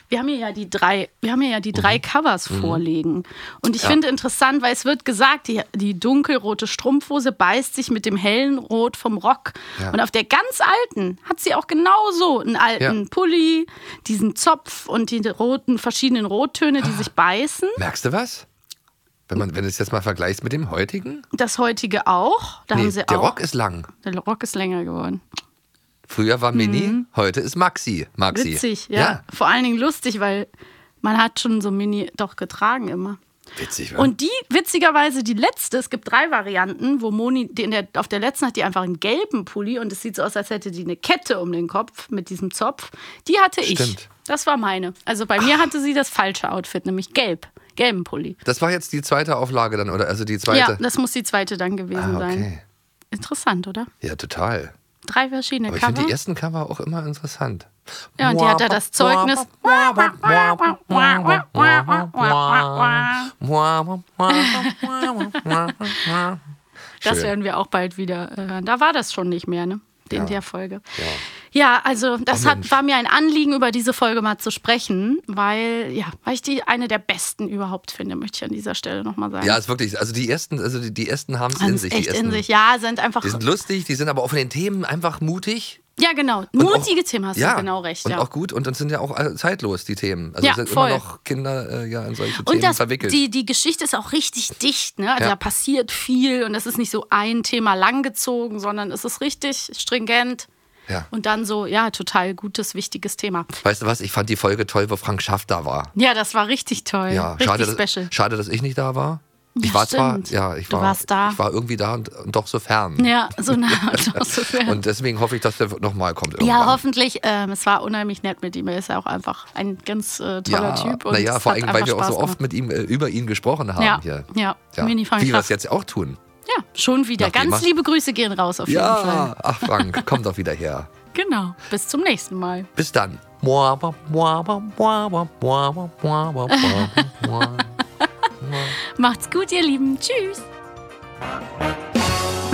Speaker 5: Wir haben hier ja die drei, wir haben hier ja die drei Covers
Speaker 19: Mhm.
Speaker 5: vorliegen. Und ich
Speaker 19: Ja.
Speaker 5: finde interessant, weil es wird gesagt, die, die dunkelrote Strumpfhose beißt sich mit dem hellen Rot vom Rock.
Speaker 19: Ja.
Speaker 5: Und auf der ganz alten hat sie auch genauso einen alten
Speaker 4: Ja.
Speaker 5: Pulli, diesen Zopf und die roten, verschiedenen Rottöne,
Speaker 4: Ah.
Speaker 5: die sich beißen.
Speaker 4: Merkst du was? Wenn, man, wenn du es jetzt mal vergleichst mit dem heutigen?
Speaker 5: Das heutige auch. Da
Speaker 4: Nee,
Speaker 5: haben sie
Speaker 4: der
Speaker 5: auch.
Speaker 4: Rock ist lang.
Speaker 5: der Rock ist länger geworden.
Speaker 4: Früher war Mini, heute ist Maxi. Maxi.
Speaker 5: Mhm. Witzig, ja. Vor allen Dingen lustig, weil man hat schon so Mini doch getragen immer.
Speaker 4: Witzig, wa?
Speaker 5: Und die, witzigerweise, die letzte, es gibt drei Varianten, wo Moni, die in der, auf der letzten hat die einfach einen gelben Pulli und es sieht so aus, als hätte die eine Kette um den Kopf mit diesem Zopf. Die hatte ich.
Speaker 4: Stimmt. Ah.
Speaker 5: Das war meine. Also bei mir hatte sie das falsche Outfit, nämlich gelb. Gelben Pulli.
Speaker 4: Das war jetzt die zweite Auflage dann, oder? Also die zweite.
Speaker 5: Ja, das muss die zweite dann gewesen
Speaker 4: Ah, okay.
Speaker 5: sein. Interessant, oder?
Speaker 4: Ja, total.
Speaker 5: Drei verschiedene
Speaker 4: Aber ich
Speaker 5: Cover.
Speaker 4: finde die ersten Cover auch immer interessant.
Speaker 5: Ja, und die hat ja das Zeugnis. Das
Speaker 4: Schön.
Speaker 5: werden wir auch bald wieder äh, hören. Da war das schon nicht mehr, ne? In
Speaker 4: Ja.
Speaker 5: der Folge.
Speaker 4: Ja.
Speaker 5: Ja, also das
Speaker 4: Oh,
Speaker 5: hat,
Speaker 4: Mensch.
Speaker 5: war mir ein Anliegen, über diese Folge mal zu sprechen, weil, ja, weil ich die eine der besten überhaupt finde, möchte ich an dieser Stelle nochmal sagen.
Speaker 4: Ja, ist wirklich, also die ersten, also die, die ersten haben es
Speaker 5: Haben
Speaker 4: in
Speaker 5: es
Speaker 4: sich.
Speaker 5: echt
Speaker 4: die ersten,
Speaker 5: in sich. Ja, sind einfach.
Speaker 4: Die sind lustig, die sind aber auch von den Themen einfach mutig.
Speaker 5: ja, genau.
Speaker 4: Und
Speaker 5: Mutige
Speaker 4: auch-
Speaker 5: Themen hast
Speaker 4: ja,
Speaker 5: du genau recht.
Speaker 4: Und
Speaker 5: ja.
Speaker 4: auch gut und, und sind ja auch äh, zeitlos, die Themen. Also
Speaker 5: Ja,
Speaker 4: sind
Speaker 5: voll.
Speaker 4: immer noch Kinder äh, ja, in solche
Speaker 5: Und
Speaker 4: Themen
Speaker 5: das,
Speaker 4: verwickelt.
Speaker 5: die, die Geschichte ist auch richtig dicht. Ne? Also
Speaker 4: Ja.
Speaker 5: da passiert viel und es ist nicht so ein Thema langgezogen, sondern es ist richtig stringent.
Speaker 4: Ja.
Speaker 5: Und dann so, ja, total gutes, wichtiges Thema.
Speaker 4: weißt du was, ich fand die Folge toll, wo Frank Schaff da war.
Speaker 5: Ja, das war richtig toll.
Speaker 4: Ja,
Speaker 5: richtig
Speaker 4: schade,
Speaker 5: special.
Speaker 4: dass, schade, dass ich nicht da war. Ich
Speaker 5: Ja,
Speaker 4: war
Speaker 5: stimmt.
Speaker 4: zwar, ja, ich
Speaker 5: Du
Speaker 4: war,
Speaker 5: warst da.
Speaker 4: ich war irgendwie da und, und doch so fern.
Speaker 5: Ja, so nah und auch so fern.
Speaker 4: Und deswegen hoffe ich, dass der nochmal kommt.
Speaker 5: ja,
Speaker 4: irgendwann.
Speaker 5: hoffentlich. Ähm, es war unheimlich nett mit ihm. Er ist ja auch einfach ein ganz äh, toller Typ. und
Speaker 4: Naja,
Speaker 5: es
Speaker 4: vor
Speaker 5: hat
Speaker 4: allem, weil
Speaker 5: einfach
Speaker 4: wir auch
Speaker 5: Spaß
Speaker 4: so oft mit
Speaker 5: gemacht.
Speaker 4: ihm äh, über ihn gesprochen haben
Speaker 5: ja,
Speaker 4: hier.
Speaker 5: Ja,
Speaker 4: Ja.
Speaker 5: Mini Frank
Speaker 4: Wie wir es
Speaker 5: Schaff.
Speaker 4: jetzt auch tun.
Speaker 5: Ja, schon wieder.
Speaker 4: Nachdem
Speaker 5: Ganz
Speaker 4: er-
Speaker 5: liebe Grüße gehen raus auf jeden Fall.
Speaker 4: Ja, ach Frank, komm doch wieder her.
Speaker 5: Genau. Bis zum nächsten Mal.
Speaker 4: Bis dann. Mua, ba, mua, ba, mua, ba, mua, ba, mua, ba, mua, ba, mua.
Speaker 5: Macht's gut, ihr Lieben. Tschüss.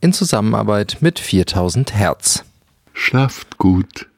Speaker 20: in Zusammenarbeit mit 4000 Hertz.
Speaker 1: Schlaft gut.